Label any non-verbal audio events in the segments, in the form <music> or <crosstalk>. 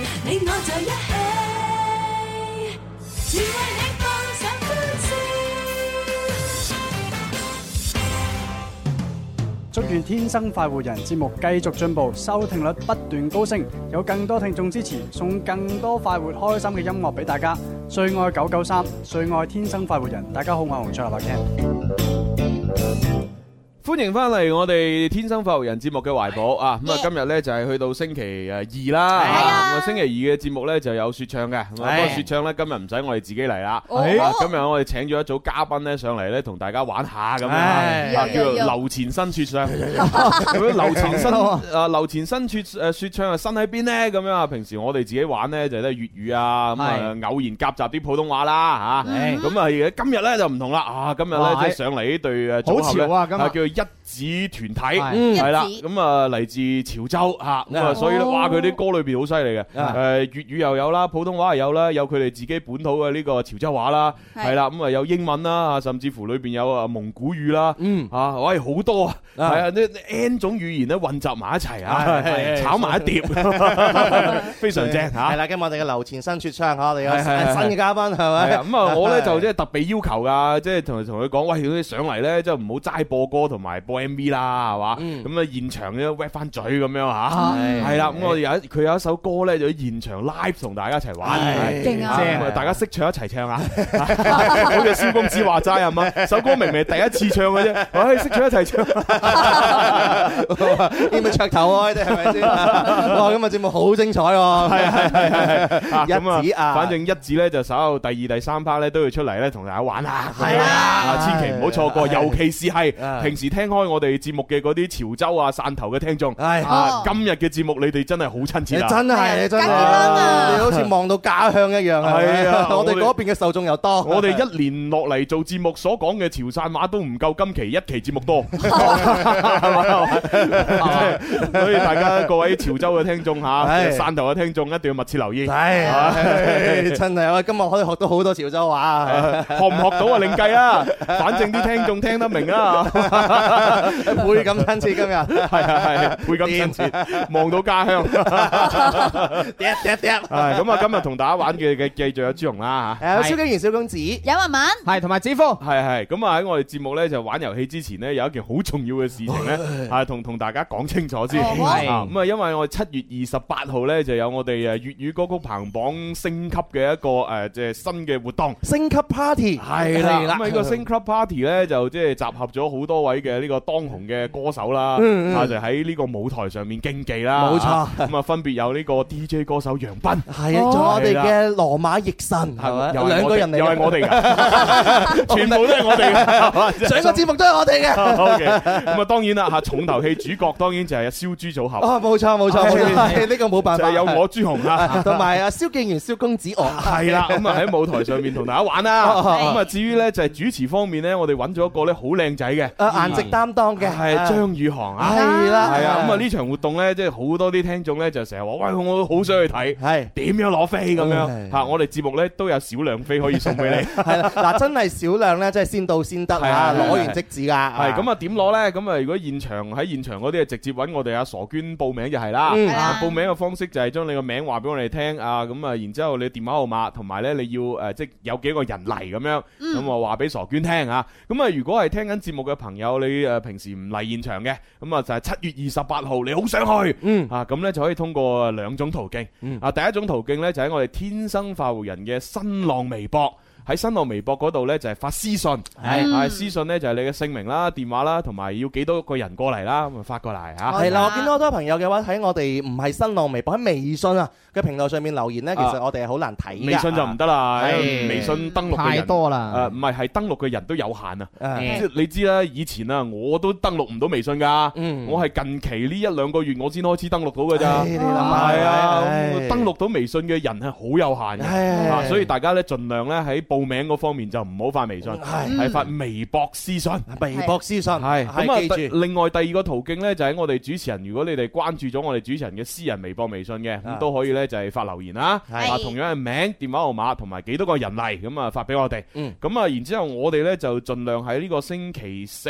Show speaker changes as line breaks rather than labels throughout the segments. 在一起，只為你放上歡笑。
祝願《天生快活人》節目繼續進步，收聽率不斷高升，有更多聽眾支持，送更多快活開心嘅音樂俾大家。最愛九九三，最愛《天生快活人》。大家好，我係洪卓立白 Ken。
歡迎翻嚟我哋天生快活人節目嘅懷抱啊！咁啊，今日咧就係去到星期誒二啦。咁啊，星期二嘅節目咧就有説唱嘅。咁啊，不過説唱咧今日唔使我哋自己嚟啦。
哦
啊今日我哋請咗一組嘉賓咧上嚟咧，同大家玩下咁樣啊，啊
哎
叫做
呀呀
樓前新説
<laughs>
唱。咁樣樓前新啊，樓前新説誒説唱啊，新喺邊咧？咁樣啊，平時我哋自己玩咧就係都係粵語啊，咁啊偶然夾雜啲普通話啦嚇。
嗯
咁啊，而家今日咧就唔同啦啊！今日咧
哇
即係上嚟呢呃對誒組合咧
好潮啊今日
叫做一指團體，
嗯
係啦，
一指
咁啊嚟自潮州嚇，咁啊
啊
所以咧，
哦
哇佢啲歌裏邊好犀利嘅，
啊
誒粵語又有啦，普通話又有啦，有佢哋自己本土嘅呢個潮州話啦，
係
係啦，咁啊有英文啦，啊甚至乎裏邊有啊蒙古語啦。
嗯，
啊！喂，好多啊，係
啊
啊，呢呢 N 種語言咧混集埋一 <laughs> 齊啊
係係，係
炒埋一 <laughs>
<laughs>
碟，非
Ờ,
常正嚇。
係啦，今日我哋嘅樓前新説唱，我
係
哋有
係係
新嘅嘉賓係
係
咪？
啊咁啊，
<laughs>
我咧就即係特別要求噶，即係同同佢講，喂，你上嚟咧，即係唔好齋播歌同埋播 MV 啦，係嘛？
嗯啊
咁啊，現場咧 rap 翻嘴咁樣吓，
係
係啦。咁我哋有一佢有一首歌咧，就喺現場 live 同大家一齊玩，
係
勁啊
咁大家識唱一齊唱啊！ <laughs> 好似蕭公子話齋係嘛？首歌明明係第一次唱嘅啫，唉，識唱一齊唱，
<laughs> 呢咪噱頭啊，呢啲
<laughs>
係咪先？哇，今日節目好精彩喎！係係係係
啊
一指
咁
啊
反正一指咧就稍後第二、第三 part 咧都要出嚟咧同大家玩下，
係啊
千祈唔好錯過，
係
尤其是係
啊
平時聽開我哋節目嘅嗰啲潮州啊、汕頭嘅聽眾，
係
啊
哦
今日嘅節目你哋真係好親
你
切啊！
真係你真
梗要啦嘛
係，你好似望到家鄉一樣咪
係啊
<laughs> 我哋
我
嗰邊嘅受眾又多，
我哋一年落嚟做節目所講嘅潮汕話都唔夠今期一期節目多，所以大家各位潮州嘅聽眾嚇、
係
汕頭嘅聽眾一定要密切留意。
Ờ, 唉，真係我今日可以學到好多潮州話啊，
學唔學到啊，另計啦。反正啲聽眾聽得明
<laughs>
啦，
倍感親切今日。
係啊係，倍感親切，望到家鄉。
嗲嗲嗲，
係咁啊，今日同大家玩嘅嘅繼續有朱紅啦嚇。
誒，蕭敬元、小公子，
有文文，
係係，咁啊喺我哋節目咧就玩遊戲之前呢，有一件好重要嘅事情咧，啊同同大家講清楚先。
哦好啊
啊咁啊，因為我七月二十八號咧就有我哋誒粵語歌曲排行榜升級嘅一個誒即係新嘅活動。
升級 party
係啦，咁啊
<laughs>
呢個星 club party 咧就即係集合咗好多位嘅呢個當紅嘅歌手啦，
嗯嗯
啊就喺呢個舞台上面競技啦，
冇錯
啊咁啊分別有呢個 DJ 歌手楊斌，
係啊，仲有我哋嘅羅馬奕神，係咪？
又係我哋
兩個人嚟嘅，
又係我哋噶，
<laughs>
全部都係我哋噶。
整個節目都係我哋嘅。
O K，咁啊當然啦嚇，重頭戲主角當然就係燒豬組合，啊
哦，冇錯冇錯冇錯，呢個冇辦
就
法。
係有我朱紅啦。
啊，同埋啊，蕭敬元、蕭公子我。
系
<laughs>
啦，咁啊喺舞台上面同大家玩啦。
哦哦
咁啊至於咧就係主持方面咧，我哋揾咗一個咧好靚仔嘅，嗯
啊，顏值擔當嘅
係張宇航啊。
係啦，
系啊，咁啊呢場活動咧，即係好多啲聽眾咧就成日話，喂，我好想去睇，
係
點樣攞飛咁樣
唉
吓？我哋節目咧都有少量飛可以送俾你。
<laughs> 係啦，嗱真係少量咧，真係先到先得
係
啊，
係係
攞完即止㗎。
係咁啊，點攞咧？咁啊，如果現場喺現場嗰啲啊，直接揾我哋阿傻娟報名就係啦。
嗯
係
啊
啦
報名嘅方式就係將你個名話俾我哋聽啊，咁啊，然之後你電話號碼同埋咧你要誒，即係有幾個人嚟咁樣，
嗯
咁啊話俾傻娟聽啊。咁啊，如果係聽緊節目嘅朋友，你誒平時唔嚟現場嘅，咁啊就係七月二十八號，你好想去，
嗯
啊咁咧就可以通過兩種途徑。
嗯
啊，第一種途徑咧就喺我哋天生快活人嘅新浪微博。喺新浪微博嗰度咧就係發私信，
嗯
係啊私信咧就係你嘅姓名啦、電話啦，同埋要幾多個人過嚟啦，咁啊發過嚟嚇。
係啦，我見到好多朋友嘅話喺我哋唔係新浪微博喺微信啊嘅平台上面留言咧，其實我哋係好難睇㗎。
微信就唔得啦，因
啊係
為微信登錄嘅人
多
誒
啦，
唔係係登錄嘅人都有限啊。
啊。
即係你知啦，以前啊我都登錄唔到微信㗎，
嗯
我係近期呢一兩個月我先開始登錄到㗎咋。
唉你諗下
係啊，
唉
咁登錄到微信嘅人係好有限嘅。
唉
啊，所以大家咧，盡量咧喺報名嗰方面就唔好發微信，
係
係發微博私信。
微博私信
係
係
咁啊
係
第
記住。
另外第二個途徑呢，就喺我哋主持人，如果你哋關注咗我哋主持人嘅私人微博、微信嘅，咁
啊
都可以呢，就係發留言啦。
係
啊，同樣係名、電話號碼同埋幾多個人嚟，咁啊發俾我哋。
嗯
咁啊，然之後我哋呢，就盡量喺呢個星期四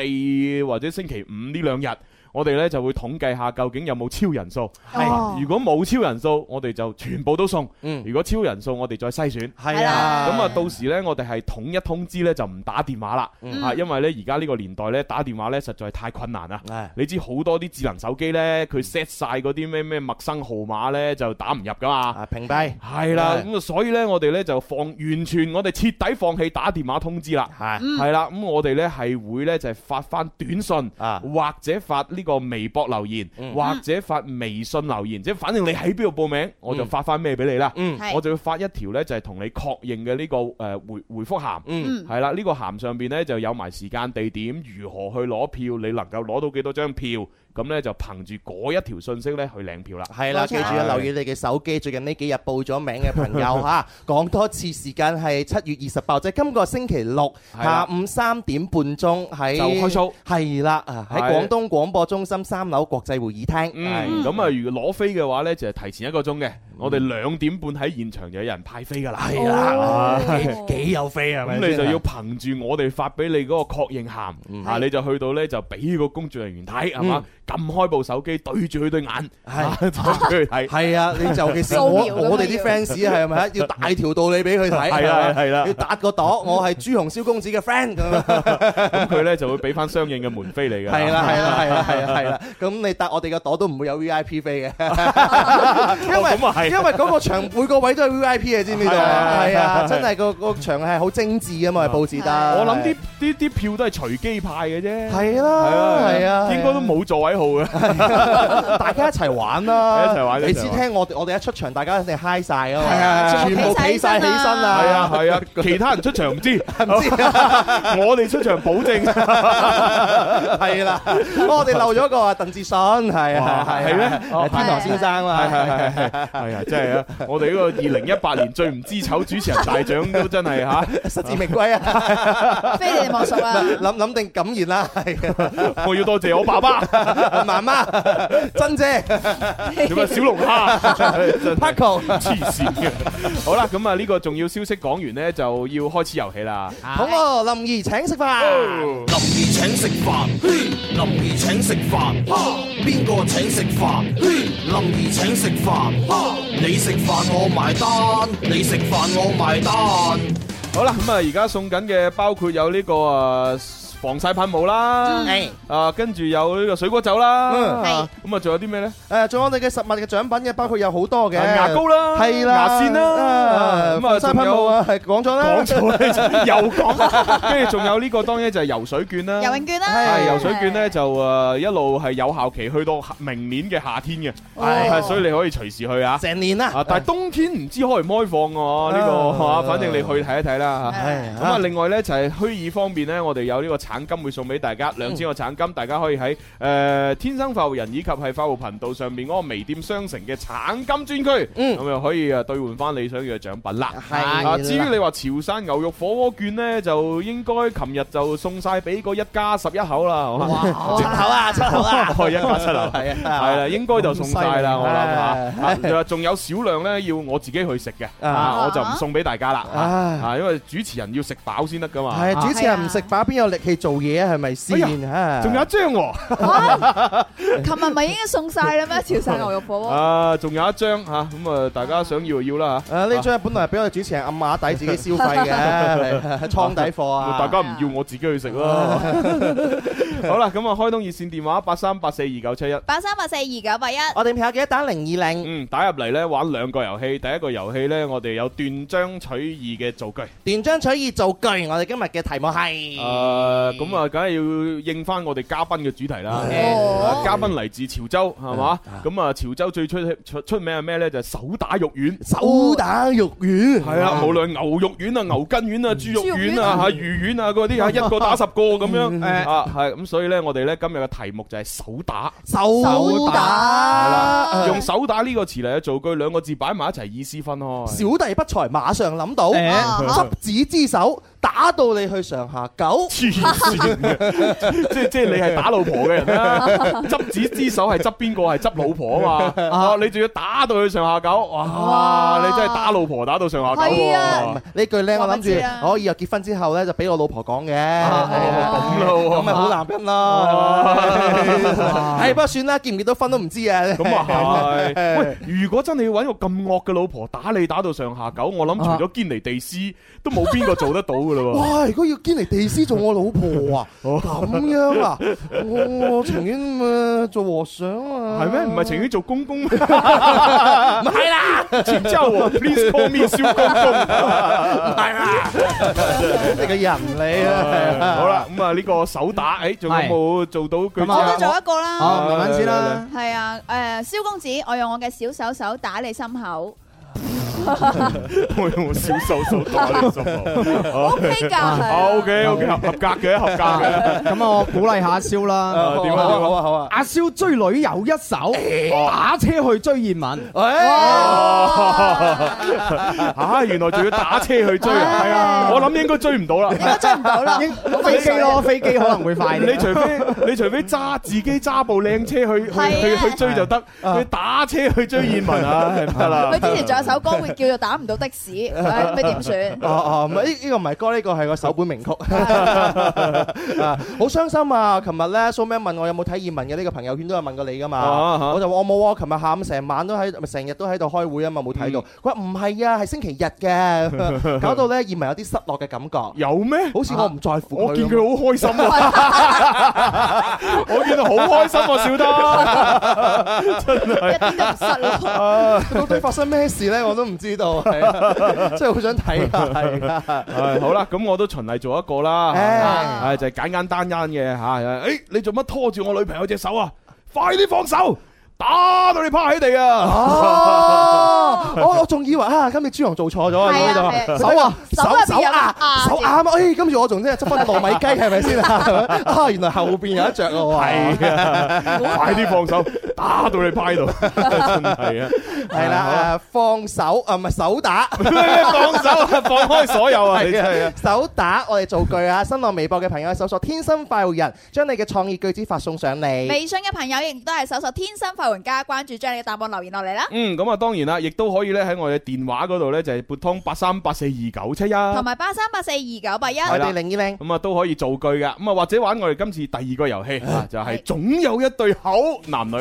或者星期五呢兩日。我哋呢就會統計下究竟有冇超人數。啊
係
哦
如果冇超人數，我哋就全部都送；
嗯，
如果超人數，我哋再篩選。
係
係啦
啊，
咁啊，到時呢，我哋係統一通知呢，就唔打電話啦。
嗯
啊，因為呢，而家呢個年代呢，打電話呢實在太困難啦。啊
唉
你知好多啲智能手機呢，佢 set 晒嗰啲咩咩陌生號碼呢，就打唔入噶嘛。
啊屏蔽
係啦，
係
咁啊，所以呢，我哋呢就放完全，我哋徹底放棄打電話通知啦。
係
係啦，咁我哋呢係會呢，就係發翻短信。
啊，
或者發呢個微博留言，
嗯
或者發微信留言，即係反正你喺邊度報名，我就發翻咩俾你啦。
嗯
係
我就要發一條呢，就係同你確認嘅呢個誒回回覆函。
嗯
嗯
係啦，呢個函上邊呢，就有埋時間、地點、如何去攞票，你能夠攞到幾多張票，咁呢，就憑住嗰一條信息呢去領票啦。
係啦，
冇錯
記住啊，留意你嘅手機，最近呢幾日報咗名嘅朋
<laughs>
友嚇，講多次時間係七月二十八，號，即係今個星期六
係
下
啦
午三點半鐘喺
就開 show
係啦，啊喺
係
廣東廣播中心三樓國際會議廳，
嗯，咁啊，如果攞飛嘅話呢，就係提前一個鐘嘅，我
嗯
哋兩點半喺現場就有人派飛噶啦。
係
哦
啦，幾幾有飛啊，係咪
咁你
先
就要憑住我哋發俾你嗰個確認函，啊，
係
你就去到呢，就俾個工作人員睇，係嘛？撳開部手機對住佢對眼，
係
啊對 <laughs> 住佢睇，
<laughs> 係啊，你就尤其 <laughs> 是我
掃描咁樣
我哋啲 fans 係 <laughs> 咪啊？要大條道理俾佢睇，
係啦
係咪
係啦
要搭個
<laughs>
朵，我係朱紅蕭公子嘅 friend 咁樣。
咁佢呢就會俾翻相應嘅門飛你㗎。
係啦
<laughs>
係啦係啦係啦係啦，咁你搭我哋個朵都唔會有 V I P 飛嘅，因為
咁啊係
因為嗰個場每個位都係 V I P 嘅，知唔知道啊？
係係係
係啊，真係個個場係好精緻啊嘛，佈置得。
係
我諗啲啲啲票都係隨機派嘅啫。
係
係啊
啦係啊，
應該都冇座位號嘅。
<laughs> 大家一齊玩啦，
一齊玩
你
一
知
齊玩
聽我哋我哋一出場，大家一定嗨晒啊
係啊
嘛，全部企晒起身啊，
係啊係啊，其他人出場唔知，
<laughs> 唔知 <laughs>
我哋出場保證。
係啦，我哋漏咗個啊，鄧志信係啊
哇係咩哦
係天堂先生
係係
啊，
係係係啊！真係啊！我哋呢個二零一八年最唔知醜主持人大獎都真係嚇。
實至名歸啊，
非你哋莫屬啊！
<laughs> 諗諗定感言啦，係
<laughs> 我要多謝我爸爸，
啊 <laughs> 媽媽
<laughs>
珍姐
你話啊小龍
<laughs>
蝦， <laughs> 真係
Paco。
黐線嘅。好啦，咁啊呢個重要消息講完呢，就要開始遊戲啦。
好啊，林兒請食飯。
哦
林兒請食飯，林兒請食飯，邊個請食飯？林兒請食飯，你食飯我埋單，你食飯我埋單。
好啦，咁啊而家送緊嘅包括有呢個啊防曬噴霧啦，啊跟住有呢個水果酒
嗯
啦
係，
咁啊仲有啲咩呢？
誒，仲有我哋嘅實物嘅獎品嘅，包括有好多嘅
啊牙膏啦
係啦，
牙線啦
啊
咁啊
防曬噴霧啊，係講咗啦，
講咗呢
<laughs>
就又講，跟住仲有呢個當然就係游水券啦。
游泳券啦，
係游水券呢，就誒一路係有效期去到明年嘅夏天嘅，
係
係所以你可以隨時去啊。
成年啦。
啊！但係冬天唔知開唔開放喎，呢個
啊
嚇，反正你去睇一睇啦嚇。
哦係
咁啊，另外呢，就係虛擬方面呢，我哋有呢個橙金會送俾大
嗯
家兩千個橙金，大家可以喺誒、呃天生發育人以及係發育頻道上面嗰個微店商城嘅橙金專區，
嗯
咁又可以誒呃兌換翻你想要嘅獎品啦。
係啦
啊，至於你話潮汕牛肉火鍋券呢，就應該琴日就送晒俾個一家十一口啦，係嘛？ <laughs>
出口啊，出口啊，
哦一家七口。
<laughs> 係啊，
係啦，應該就送晒啦，
咁
我諗
犀利
嚇啊仲有。仲有少量呢，要我自己去食嘅，
啊
啊，我就唔送俾大家啦。
唉
啊，因為主持人要食飽先得噶嘛。
啊係主持人唔食飽，邊有力氣做嘢啊？係咪先？嚇
哎仲有一張喎，
琴日咪已經送晒啦咩？潮汕牛肉火
啊，仲有一張嚇，咁啊，大家想要就要啦嚇。啊
誒啊呢張本來係俾我哋主持人暗下底自己消費
<laughs>
嘅，係倉底貨啊。
大家唔要，我自己去食啦。 <laughs> 好啦，咁啊，開通熱線電話八三八四二九七一
鍋，。八三八四二九八一，
我哋票有幾多打零二零
嗯，打入嚟呢，玩兩個遊戲。第一個遊戲呢，我哋有斷章取義嘅造句。
斷章取義造句。我哋今日嘅題目係
誒，咁啊，梗係要應翻我哋嘉賓嘅主題啦。
哦
嘉賓嚟自潮州，係嘛？咁啊，潮州最出出出名係咩呢？就係手打肉丸。
手打肉丸。
哦係啊，無論牛肉丸啊、牛筋丸啊、豬肉丸啊、嚇
丸
魚丸啊嗰啲啊，一個打十個咁樣
嗯
誒啊，係咁，所以咧，我哋咧今日嘅題目就係手打，
手打，
用手打呢個詞嚟去造句，兩個字擺埋一齊，意思分開。
小弟不才，馬上諗到，
誒
啊
執子之手，打到你去上下九。
黐
<laughs>
線嘅， <laughs> 即即係你係打老婆嘅人啦，執子之手係執邊個係執老婆啊嘛，啊你仲要打到佢上下九，哇！
哇
你真係打老婆打到上下九
係
唔
啊
喎
係，呢句咧，我諗
話俾知啊啦
住我以後結婚之後咧，就俾我老婆講嘅，
哦咁
係啊
咯
咁咪
喎，哦
好男人咯。 <laughs> 唉，不過算啦，結唔結到婚都唔知啊。
咁
<laughs>
啊係，喂，如果真係要揾個咁惡嘅老婆打你打到上下九，我諗除咗堅尼地斯都冇邊個做得到噶嘞喎。
哇！如果要堅尼地師做我老婆啊，咁樣啊，我我情願誒做和尚啊。
係咩？唔係情願做公公
<laughs>
咩？唔係啦，前之後喎 please call me 蕭公公，係啦。
你個人你啊，
好啦，咁啊呢個手打，誒仲有冇做到佢
咁啊
我都做一個
Ờ,
啦。
啊，慢慢先啦。
係啊，誒，蕭公子，我用我嘅小手手打你心口
我用小手手打你心口
，OK 㗎。啊
O K O K 合合格嘅，合格嘅。
咁啊，我鼓勵下阿蕭啦。
啊點啊點
好
啊
啊好啊。
阿蕭追女友一手，打車去追葉問。
哎
<laughs>
哇
嚇！啊原來仲要打車去追啊！
係啊
我諗應該追唔到啦。
應該追唔到啦。
飛機咯，飛機可能會快
你
啲。
除非你除非揸自己揸部靚車去去
係啊
去去追就得，你打車去追燕文啊，係唔得啦
佢。之前仲有首歌會叫做打唔到的士，唉咁你
<laughs>
點算？
哦哦，唔係呢呢個唔係歌，呢個係個首本名曲。啊，好傷心啊！琴日咧，蘇咩問我有冇睇葉問嘅呢個朋友圈都有問過你噶
啊啊
嘛？我就話我冇啊！琴日下午成晚都喺，咪成日都喺度開會啊嘛，冇睇到。佢話唔係啊，係星期日
<laughs>
嘅，搞到咧葉問有啲失落嘅感覺，
有咩？
好似我唔在乎
我見
咁。
佢好
<laughs>
開心啊！我見到好開心啊，
<laughs>
笑
<laughs>
得。<laughs>
一啲都唔失咯。
<laughs>
<laughs>
到底發生咩事咧？我都唔知道，
<laughs>
係啊真係好想睇啊！係啊，
唉，好啦，咁我都循例做一個啦，啊
唉
唉，就係簡簡單單嘅吓。誒，你做乜拖住我女朋友隻手啊？快啲放手，打到你趴喺地啊！
哦，我我仲以為啊，今次朱紅做錯咗啊，
係啊
就
係啊
手啊
手
手
入邊
手
有
啊
啊
手啱啊，哎，跟住我仲真係執翻糯米
<laughs>
雞係咪先啊？ <laughs> 啊，原來後邊有一着喎，
係啊，快啲放手，打到你趴
<laughs>
喺度，真係啊！
係啦，誒放手啊，唔係手打。
放手啊，放開所有啊！你真係
係
啊
啊，手打我哋造句啊！新浪微博嘅朋友搜索「天生快活人」，將你嘅創意句子發送上嚟。
微信嘅朋友亦都係搜索天生快活人家，關注將你嘅答案留言落嚟啦。
嗯，咁啊，當然啦，亦都可以咧喺我嘅電話嗰度咧，就係撥通八三八四二九七一，
同埋八三八四二九八一，
我
啦
哋零二零，
咁啊都可以造句噶，咁啊或者玩我哋今次第二個遊戲啊，就係
係
總有一對口男女。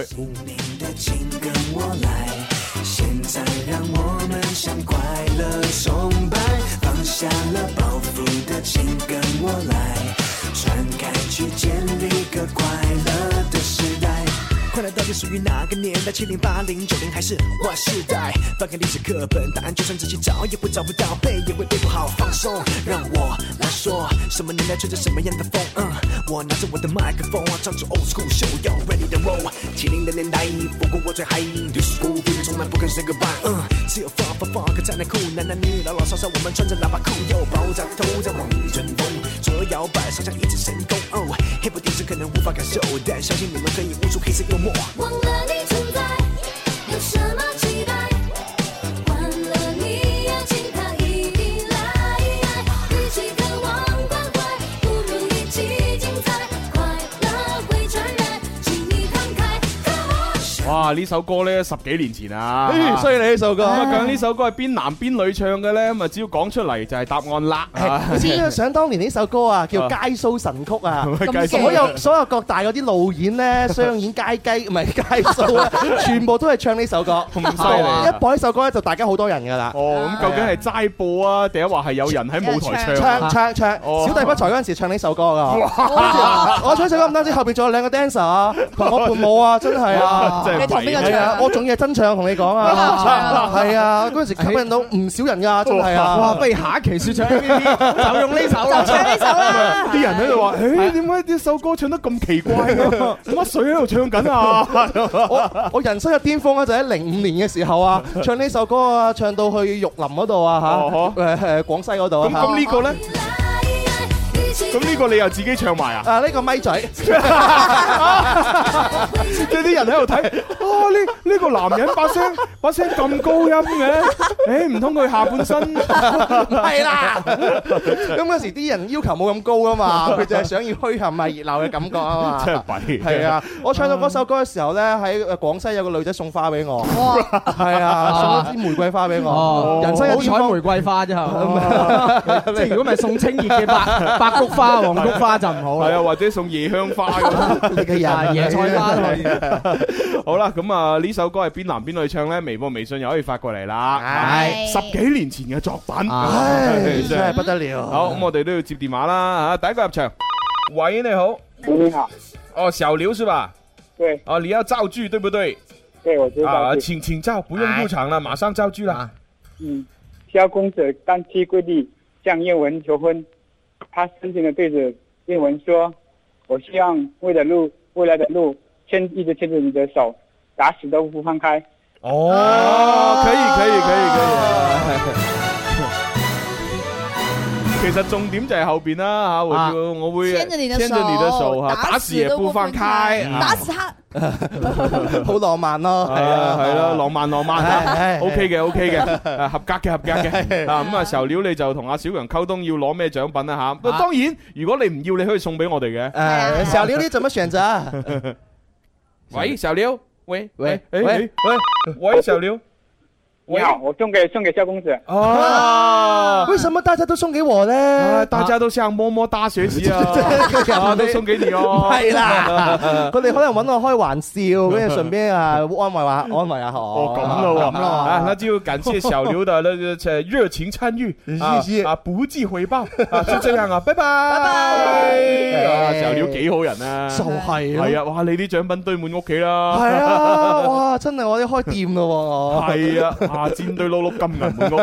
快乐到底属于哪个年代？七零八零九零还是划时代？翻开历史课本，答案就算自己找也会找不到，背也会背不好。放松，让我来说，什么年代吹着什么样的风？嗯，我拿着我的麦克风，啊唱出 old school show，要 ready to roll。七零的年代，不过我最嗨，历史古兵从来不跟谁 goodbye。嗯，只有 funk funk funk 才能酷，男男女女老老少少，我们穿着喇叭裤，又爆炸头在往前冲，左右摇摆，上下一直神功。哦，hip hop 电视可能无法感受，但相信你们可以悟出黑色幽默。
忘了你存在，有什么期待？换了你邀请他一定来，与其渴望关怀，不如一起精彩，快乐会传染，请你慷慨。
哇！呢首歌呢，十幾年前啊，
哎
咁
衰你呢首歌。
啊究竟呢首歌係邊男邊女唱嘅呢？咁啊，只要講出嚟就係答案啦。啊
哎
<laughs>
你知唔知想當年呢首歌啊，叫
啊
《街蘇神曲》
<laughs>
啊？
咁
所
勁
有所有各大嗰啲路演咧，商演街雞唔係街
<laughs>
數啊，全部都係唱呢首歌。
咁犀利啊
一播呢首歌咧，就大家好多人㗎啦。
哦，咁究竟係齋播啊，定係話係有人喺舞台唱？
唱唱唱，
哦
小弟不才嗰陣時唱呢首歌㗎。
哇
啊我唱呢首歌唔單止，後邊仲有兩個 dancer 啊，同我伴舞啊，真係啊！
真
你同邊個
鬼
唱
係啊
啊，？
我仲要係真唱同你講
哇
啊，係啊，嗰陣時吸引到唔少人㗎，真係
哇！
啊！
不如下一期説唱 A P P 就用呢首
就唱
啦。
呢首啦。
啲人喺度
<laughs>
話：，誒點解呢首歌唱得咁 <laughs> 奇怪
啊
嘅？乜水喺度唱緊啊？
<laughs> 我我人生嘅巔峰咧就喺零五年嘅時候
<laughs>
啊，唱呢首歌啊，唱到去玉林嗰度
哦
啊嚇，誒誒廣西嗰度
咁
啊。
咁呢個呢？
来，一起
咁呢個你又自己唱埋啊？
啊呢個咪仔，
即係啲人喺度睇，啊哇！呢呢個男人把聲把聲咁高音嘅，誒唔通佢下半身？
係啦， <laughs> 咁嗰時啲人要求冇咁高
<laughs>
<laughs>
啊嘛，佢就係想要虛冚啊熱鬧嘅感覺啊嘛。
真係弊
係啊，我唱到嗰首歌嘅時候咧，喺誒廣西有個女仔送花俾我，係啊，送一支玫瑰花俾我
哦，，
人生一
好
次
彩
光
玫瑰花之後，哦即係如果唔係送清熱嘅白白菊花、黃菊花就唔好
係
啦。
啊，或者送夜香花咁。
你嘅
啊
人
椰菜花都可以。
好啦，咁啊呢首歌係邊男邊女唱呢？微博、微信又可以發過嚟啦。
係
十幾年前嘅作品，
哎啊
唉，
唉
真係
啊真係
不得了。
好，咁我哋都要接電話啦啊嚇。第一個入場，喂，你好，
你好，
哦，小劉是吧？
對
哦，你要造句對不對？
对，我知道啊
啊，
是。
請請造，不用入場了，馬上造句啦。
嗯，萧公子单膝跪地向叶文求婚，他深情的对着叶文说：“我希望未来的路，未来的路牵一直牵着你的手，打死都不放开。
哦，可以可以可以可以。其實重點就係後邊啦嚇，我
啊
叫我會
牵着你的
牽着你的手嚇，打死也
都
不放開。啊
打死
<laughs>
他，
好浪漫咯，係
啊，
啊，
係啦，浪漫浪漫啊
係係
，OK 嘅 OK
<laughs>
嘅，啊合格嘅合格嘅，啊咁啊，時候料你就同阿小強溝通要攞咩獎品啊啦吓，不過當然如果你唔要，你可以送俾我哋嘅。
啊
啊
誒，小妞你怎麼選擇？
喂，時候料，喂
喂
喂
喂
喂喂，時候料，”
你
喂
好，我送给送给萧公子。
<laughs>
哦
<laughs> 啊，
為什麼大家都送給我
啊
呢？
大家都想摸摸大學士
<laughs>
啊，啊都送俾你哦，
係啦， <laughs> 佢哋可能揾我開玩笑，跟住順便
<laughs>
啊安慰下安慰下我。
哦，咁咯喎，
咁咯
啊，那就感謝小劉
<laughs>
的那個呃熱情參與，啊
是是
啊，不計回報，
<laughs>
啊，就這樣啊，拜拜，拜
拜
啊，小劉幾好人啊，
就係咯
係啊，哇，你啲獎品堆滿屋企啦，
係啊，哇！真係我哋開店咯喎，
係啊， <laughs> 啊，戰隊碌碌金銀滿屋，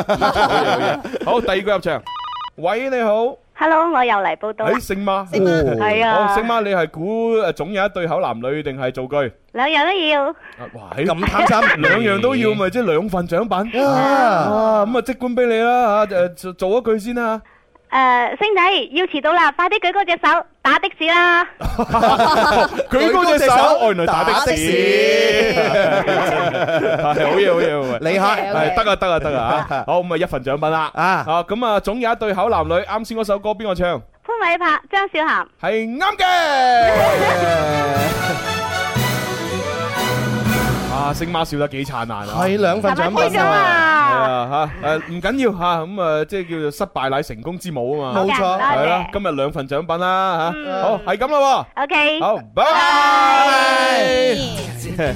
<laughs> 好，第二個入場，喂，你好，
Hello，我又嚟報到啦
誒，，哎星媽，
係
好，
啊
星，媽，你係估誒總有一對口男女定係造句？
兩樣都要，
啊哇，咁
咁貪心，
兩樣都要咪即係兩份獎品
啊！
啊！咁啊，即管俾你啦嚇，誒做做一句先啦。
誒，呃星仔要遲到啦，快啲舉高隻手，打的士
<laughs>
啦，Ờ,
Ờ, 舉高隻手，原來打的士， <laughs> 係好嘢好嘢好嘢。
你嚇
係得啊得啊得啊嚇！好咁啊，一份獎品啦。
啊！
啊咁啊，總有一對口男女。啱先嗰首歌邊個唱？
潘偉柏、張韶涵。
係啱嘅。啊，星媽笑得幾燦爛啊！
係兩份獎
係咪
品
飛咗
啊！
係
啊！
啊嚇，誒唔緊要嚇，咁啊即係叫做失敗乃成功之母啊嘛。
冇錯
好嘅
系啦，
多
今日兩份獎品啦吓，好係咁啦
O K，
喎，好，拜拜，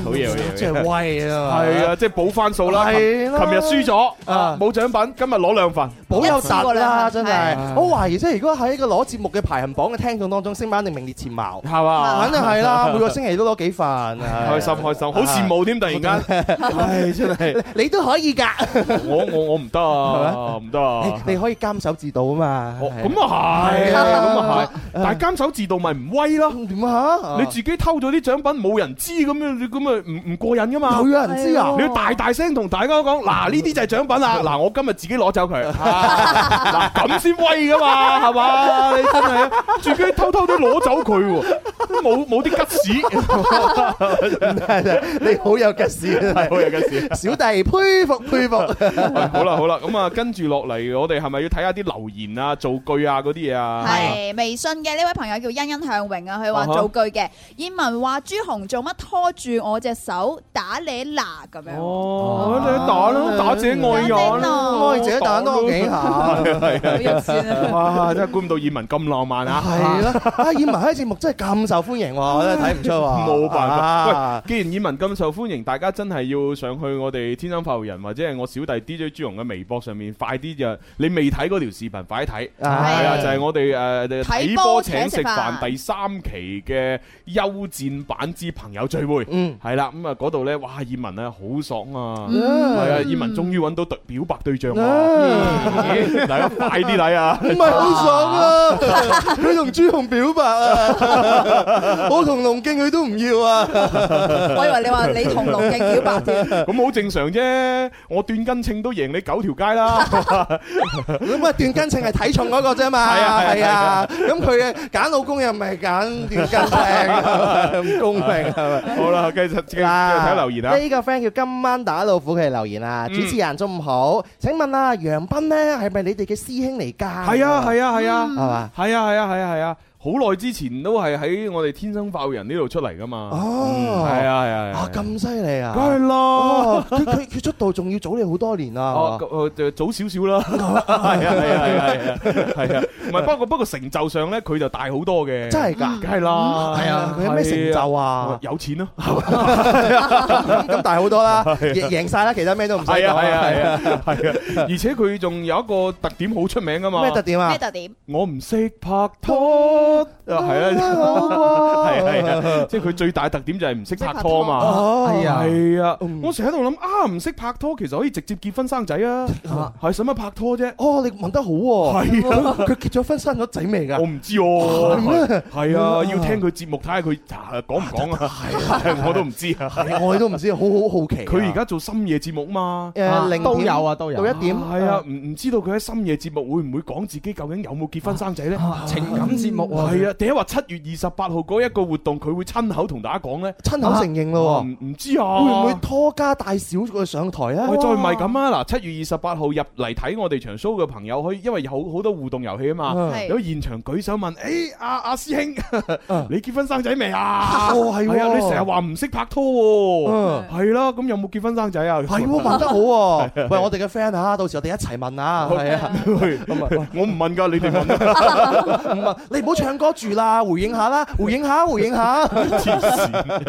好嘢好
即
嘢，
係威啊！
係啊，即係補翻數啦，琴
係啦
琴日輸咗，
啊
冇獎品，今日攞兩份，
保有達啦，真係
係！
我懷疑即係如果喺個攞節目嘅排行榜嘅聽眾當中，星馬一定名列前茅，
係嘛？
肯定係啦，每個星期都攞幾份，開
開心開心，好羨慕添！突然間，唉，真係，
<laughs> 你都可以㗎，
我我我唔得啊，唔得啊！
你可以監守自盜啊嘛。 <laughs>
哦咁啊係，
係啊
咁啊係，但係監守自盜咪唔威咯？
點啊？
你自己偷咗啲獎品冇人知咁樣，你咁啊唔唔過癮噶嘛？
有人知啊？嗯
你要大大聲同大家講，嗱呢啲就係獎品啦，嗱我今日自己攞走
<laughs>
佢，啊嗱咁先威噶嘛，係嘛？你真係啊自己偷偷啲攞走佢喎，冇冇啲吉屎，
你好有吉事，
好有吉屎。
小弟佩服佩服。
喂 <laughs> 好啦好啦，咁啊跟住落嚟，我哋係咪要睇下啲留言啊、造句啊嗰啲嘢啊？
係微信嘅呢位朋友叫欣欣向榮啊，佢話
啊哈
造句嘅，燕文話朱紅做乜拖住我隻手打你嗱咁樣。
哦，你打啦，打者愛我啦，
愛者打多
<laughs>
幾下，
好肉酸
<laughs>
啊！
哇！真係估唔到葉文咁浪漫啊！
係啦。啊，燕文喺節目真係咁受歡迎喎，我真係睇唔出喎。
<laughs> 冇辦法
啊，
喂，既然以文咁受歡迎，大家真係要上去我哋天生發育人或者係我小弟 DJ 朱紅嘅微博上面，快啲就你未睇嗰條視頻，快啲睇。
啊
係啊，就係我哋誒
睇
睇
波
波請
請
食
食
飯
飯
第三期嘅休戰版之朋友聚會。
嗯，
係啦，咁啊嗰度呢，哇！葉文咧好爽啊，
嗯
係啊，葉文終於揾到對表白對象
嗯
啊！咦大家快啲睇啊！
唔係好爽啊！
<laughs>
佢同朱紅表白 <laughs> 啊，我同龍敬佢都唔要啊。
<laughs> 我以為你話你同龍嘅表白添，
<laughs> 咁好正常啫，我斷根稱都贏你九條街啦。
<laughs> 咁啊，段根稱係睇重嗰個啫嘛，
<laughs> 係啊係啊
係啊。
<laughs>
<laughs> 咁佢嘅揀老公又唔係揀段根稱，唔公平係咪？
好啦，繼續繼續
嗱
睇留言啊！
呢個 friend 叫今晚打老虎，佢係留言啊。主
嗯
持人中午好，請問啊，楊斌呢係咪你哋嘅師兄嚟㗎？
係啊係啊係啊，
係嗯嘛？
係啊係啊係啊係啊，好耐之前都係喺我哋天生化育人呢度出嚟噶嘛。
哦
嗯係啊係啊係
啊
啊。
咁犀利啊！
梗係啦
哦佢佢佢出道仲要早你好多年啊！
哦，
係嘛
咁誒早少少
<laughs>
啦，<laughs>
Ờ.
係啊係啊係啊係啊，唔係不過不過成就上咧，佢就大好多嘅，Ừ.
真係㗎
梗係啦，
係啊佢有咩
à.
成就啊？
有
<laughs>
錢咯，
咁大好多啦，
嗯 <laughs> 係啊
贏贏晒啦，其他咩都唔使
係
講
啊
啦
係啊係
<laughs>
啊係啊，而且佢仲有一個特點好出名噶嘛，
咩特點啊？
咩特點？
我唔識拍拖，啊
哦
<laughs> 係啊， <laughs> 係啊係啊，即係佢最大特點就係唔識拍拖嘛。
哦，嗯
係啊
係啊，我成日喺度諗啊，唔識拍拖其實可以直接結婚生仔
<laughs>
啊，係使乜拍拖啫？
哦，你問得好喎！
係啊
佢佢結咗婚生咗仔未
我
㗎？
唔知喎，
咩嗯
係啊，要聽佢節目睇下佢啊講唔講啊， <laughs> 係我都唔知啊。
係啊我哋都唔知，好好好奇啊。
佢而家做深夜節目嘛，
誒零
都
點
有啊都有
到一點
係啊，唔唔知道佢喺深夜節目會唔會講自己究竟有冇結婚生仔呢？
啊
情感節目喎，
係啊，第一話七月二十八號嗰一個活動，佢會親口同大家講呢？
親口承認咯喎。
唔唔知啊，
會唔會拖家帶小佢上台啊？
喂，再唔係咁啊！嗱，七月二十八號入嚟睇我哋場 show 嘅朋友，可以因為有好好多互動遊戲啊嘛，
係
有現場舉手問：，哎誒，阿阿師兄 <laughs>
啊，
你結婚生仔未啊？
哦係喎
係啊，你成日話唔識拍拖喎，
嗯
係啦，咁有冇結婚生仔啊？ <laughs>
係喎，問得好喎！喂，我哋嘅 friend 啊，到時我哋一齊問啊，係啊，
喂我唔問㗎，你哋
<laughs>
問啊，
<laughs> 唔係你唔好唱歌住啦，回應下啦，回應下，回應下，
黐線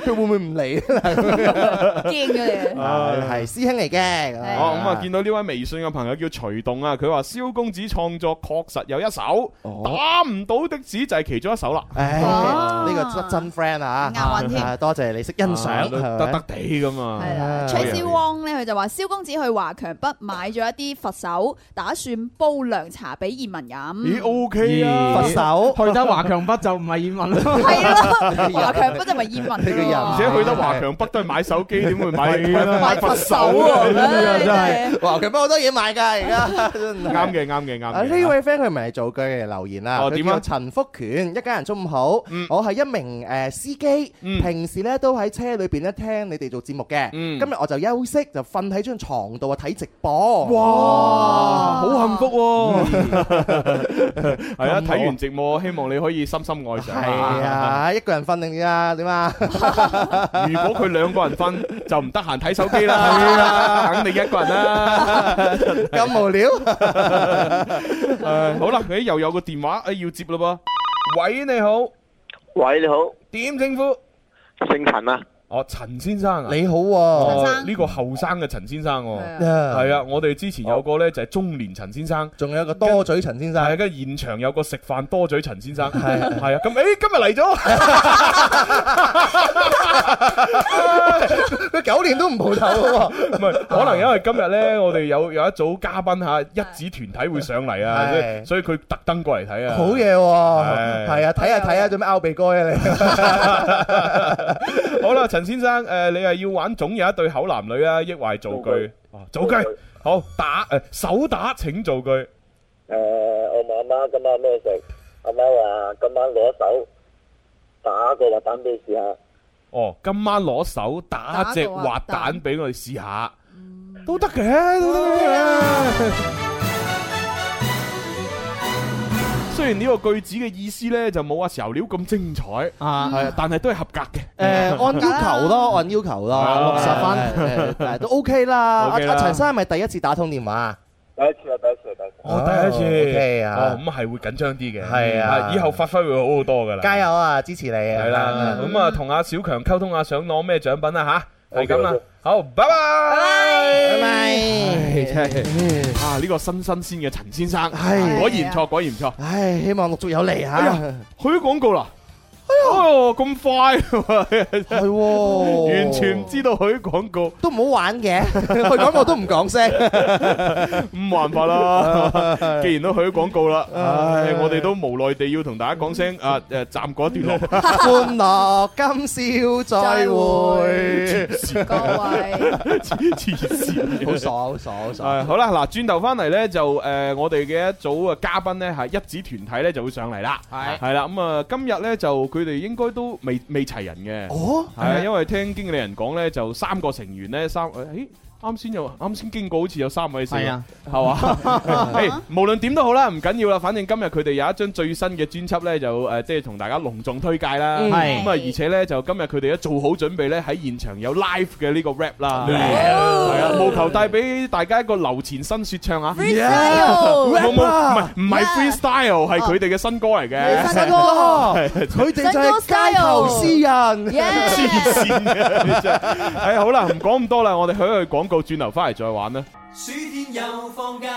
佢會唔會
<laughs>
唔嚟？
驚咗你啊。
係師兄嚟嘅，
哦，咁啊，見到呢位微信嘅朋友叫徐棟啊，佢話蕭公子創作確實有一首
哦
打唔到的紙就係其中一首啦，
唉，
哦
呢個真真 friend 啊，
à,
押韻添
啊多謝你識
Ờ,
欣賞，
得
係咪
得地咁啊。
係啦
啊
，Tracy Wong 咧，佢就話蕭公子去華強北買咗一啲佛手，打算煲涼茶俾移民
咦
飲。
，OK 啊，
佛手，
去得華強北就唔係葉問啦。
<laughs> 係
<laughs>
咯，華強北就 <laughs> 咪移民
你個人
而
咯
且去得華強北都係買手機，點會買買
買
佛
佛
手
手
<laughs> 啊？
喎，唉
真係
真係
哇，佢幫好多嘢賣㗎，
<laughs>
而家真係
啱嘅，啱嘅，啱
啊！
嘅。
<laughs> 呢位 friend 佢唔係做句嘅留言啦，
哦
佢
點啊
叫陳福權，一家人中午好。我係一名誒司機，
嗯
平時咧都喺車裏邊咧聽你哋做節目嘅。
嗯
今日我就休息，就瞓喺張床度啊睇直播。Ờ.
哇，好幸福喎！
<laughs>
係啊，
咁
睇完寂寞，希望你可以深深愛上。
係，啊，一個人瞓定㗎啊點啊？
如果佢兩個人瞓，就唔得閒睇手機
<laughs>
啦，肯定一個人啦。
咁無聊。
<laughs> 唉好啦，佢又有個電話，誒要接咯噃。喂，你好，
喂，你好，
點稱呼？
姓陳啊，
哦，陳先生啊，
你好喎，
陳
哦
生
呢個後生嘅陳先生喎。
係啊
係啊，我哋之前有個呢，就係中年陳先生。
仲有個多嘴陳先生
係，。跟住現場有個食飯多嘴陳先生，係係啊，咁誒今日嚟咗，
<laughs> 佢九年都唔蒲頭喎。
唔係可能因為今日咧，我哋有有一組嘉賓嚇一子團體會上嚟啊，
係
所以佢特登過嚟睇啊，
好嘢
係
喎，係啊，睇下睇下，做咩拗鼻哥啊你？
好啦，陳先生誒，你係要玩總有一對口男女啊，抑或係造句？哦造句好打誒手打請造句，
誒、呃我問阿媽今晚咩食，阿媽話今晚攞手打個滑蛋俾你試下，
哦今晚攞手打隻
打個
滑
滑
蛋
蛋
俾我哋試下，都得嘅，都得 <laughs> 嘅。雖然呢個句子嘅意思咧就冇阿時候料咁精彩，係
啊，
啊，但係都係合格嘅。
誒按
<laughs>
要求咯，按要求
係
咯，
啊
六十
<laughs>
分誒但係哎都 OK 啦。阿
OK 啦
阿陳生係咪第一次打通電話啊？
第一次啊，第一次啊，第一次。
哦，第一次，
OK 啊
哦，咁係會緊張啲嘅，
係啊
以後發揮會好好多噶啦，
加！油啊！支持你啊！
係啦，咁啊，同阿小強溝通下想攞咩獎品啊吓，係咁啦
OK，OK，
好，拜拜，
拜拜。
啊，呢個新新鮮嘅陳先生，
係
果然唔錯，果然唔錯，
哎唉，希望陸續有嚟啊
哎
嚇
呀。去咗廣告啦，哎呦，咁快，
係喎，
完全唔知道去咗廣告。
都唔好玩嘅， <laughs> 佢講我都唔講聲。
咁冇辦法啦，既然都去咗廣告啦，唉，我哋都無奈地要同大家講聲啊誒，暫過一段落。
歡樂今宵再會，
各位，
黐線，
好爽，好爽，好爽。
誒好啦，嗱，轉頭翻嚟咧就誒、呃我哋嘅一組嘅嘉賓咧係一子團體咧就會上嚟啦，
係
係啦，咁啊、今日咧就佢哋應該都未未齊人嘅。
哦
係啊，因為聽經理人講咧，就三個成員咧，三誒。啱先有，啱先經過好似有三位成
係
員
啊，
係嘛？誒，無論點都好啦，唔緊要啦，反正今日佢哋有一張最新嘅專輯咧，就誒即係同大家隆重推介啦。
嗯
咁啊，而且咧就今日佢哋都做好準備咧，喺現場有 live 嘅呢個 rap
啊
啦。
哦
係啊，務求帶俾大家一個流前新説唱啊！
freestyle
冇冇，唔係唔係
Yeah 哦
freestyle，係佢哋嘅新歌嚟嘅。
新歌
<laughs> 係
佢哋就係街頭詩人。
黐線嘅，你真係。哎，好啦，唔講咁多啦，我哋去一去廣告，轉頭翻嚟再玩啦。
暑天又放假，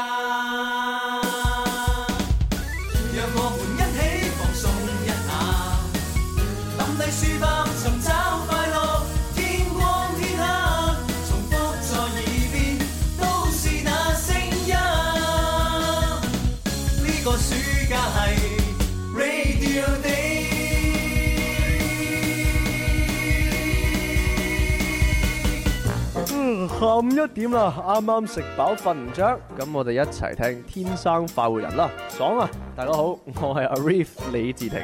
讓我們一起放鬆一下，抌低書包尋找快樂。天光天黑，重複在耳邊，都是那聲音。呢、個暑假係 Radio Day。
嗯，下午一點啦，啱啱食飽瞓唔着，咁我哋一齊聽《天生快活人》啦，爽啊！大家好，我係 Arif 李志廷。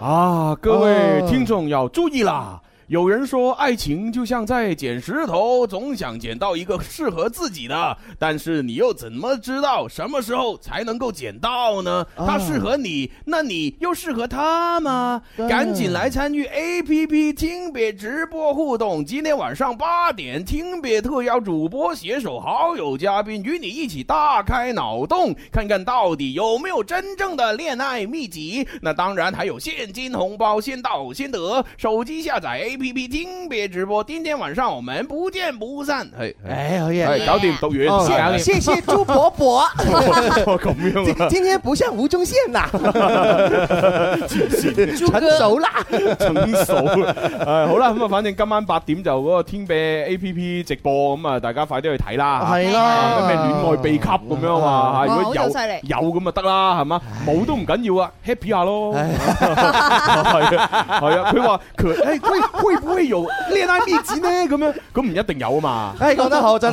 啊，各
哦
位听众要注意啦！有人说爱情就像在捡石头，总想捡到一个适合自己的，但是你又怎么知道什么时候才能够捡到呢？
哦
它适合你，那你又适合它吗？赶紧来参与 A P P 听别直播互动，今天晚上八点，听别特邀主播携手好友嘉宾与你一起大开脑洞，看看到底有没有真正的恋爱秘籍。那当然还有现金红包，先到先得。手机下载 A P P 听别直播，今天晚上我们不见不散。哎
哎，好嘢
哎，搞掂讀完
哦
搞掂
谢谢朱
<laughs>
伯伯。
咁樣啊
今天不像吴宗宪啊
<laughs>
啦，成熟 <laughs> 啦，
整數誒好啦，咁啊，反正今晚八點就嗰個天啤 A P P 直播，咁啊，大家快啲去睇啦。
係啦
啊咩戀愛秘笈咁樣嘛，嚇如果
哇
有
好犀利
有咁啊得啦，係嘛？冇都唔緊要啊，happy 下咯。 <laughs> 係啊，係啊，佢話佢誒會會唔會有戀愛秘籍呢？咁 <laughs> 樣咁唔一定有啊嘛。
唉，哎講得好，真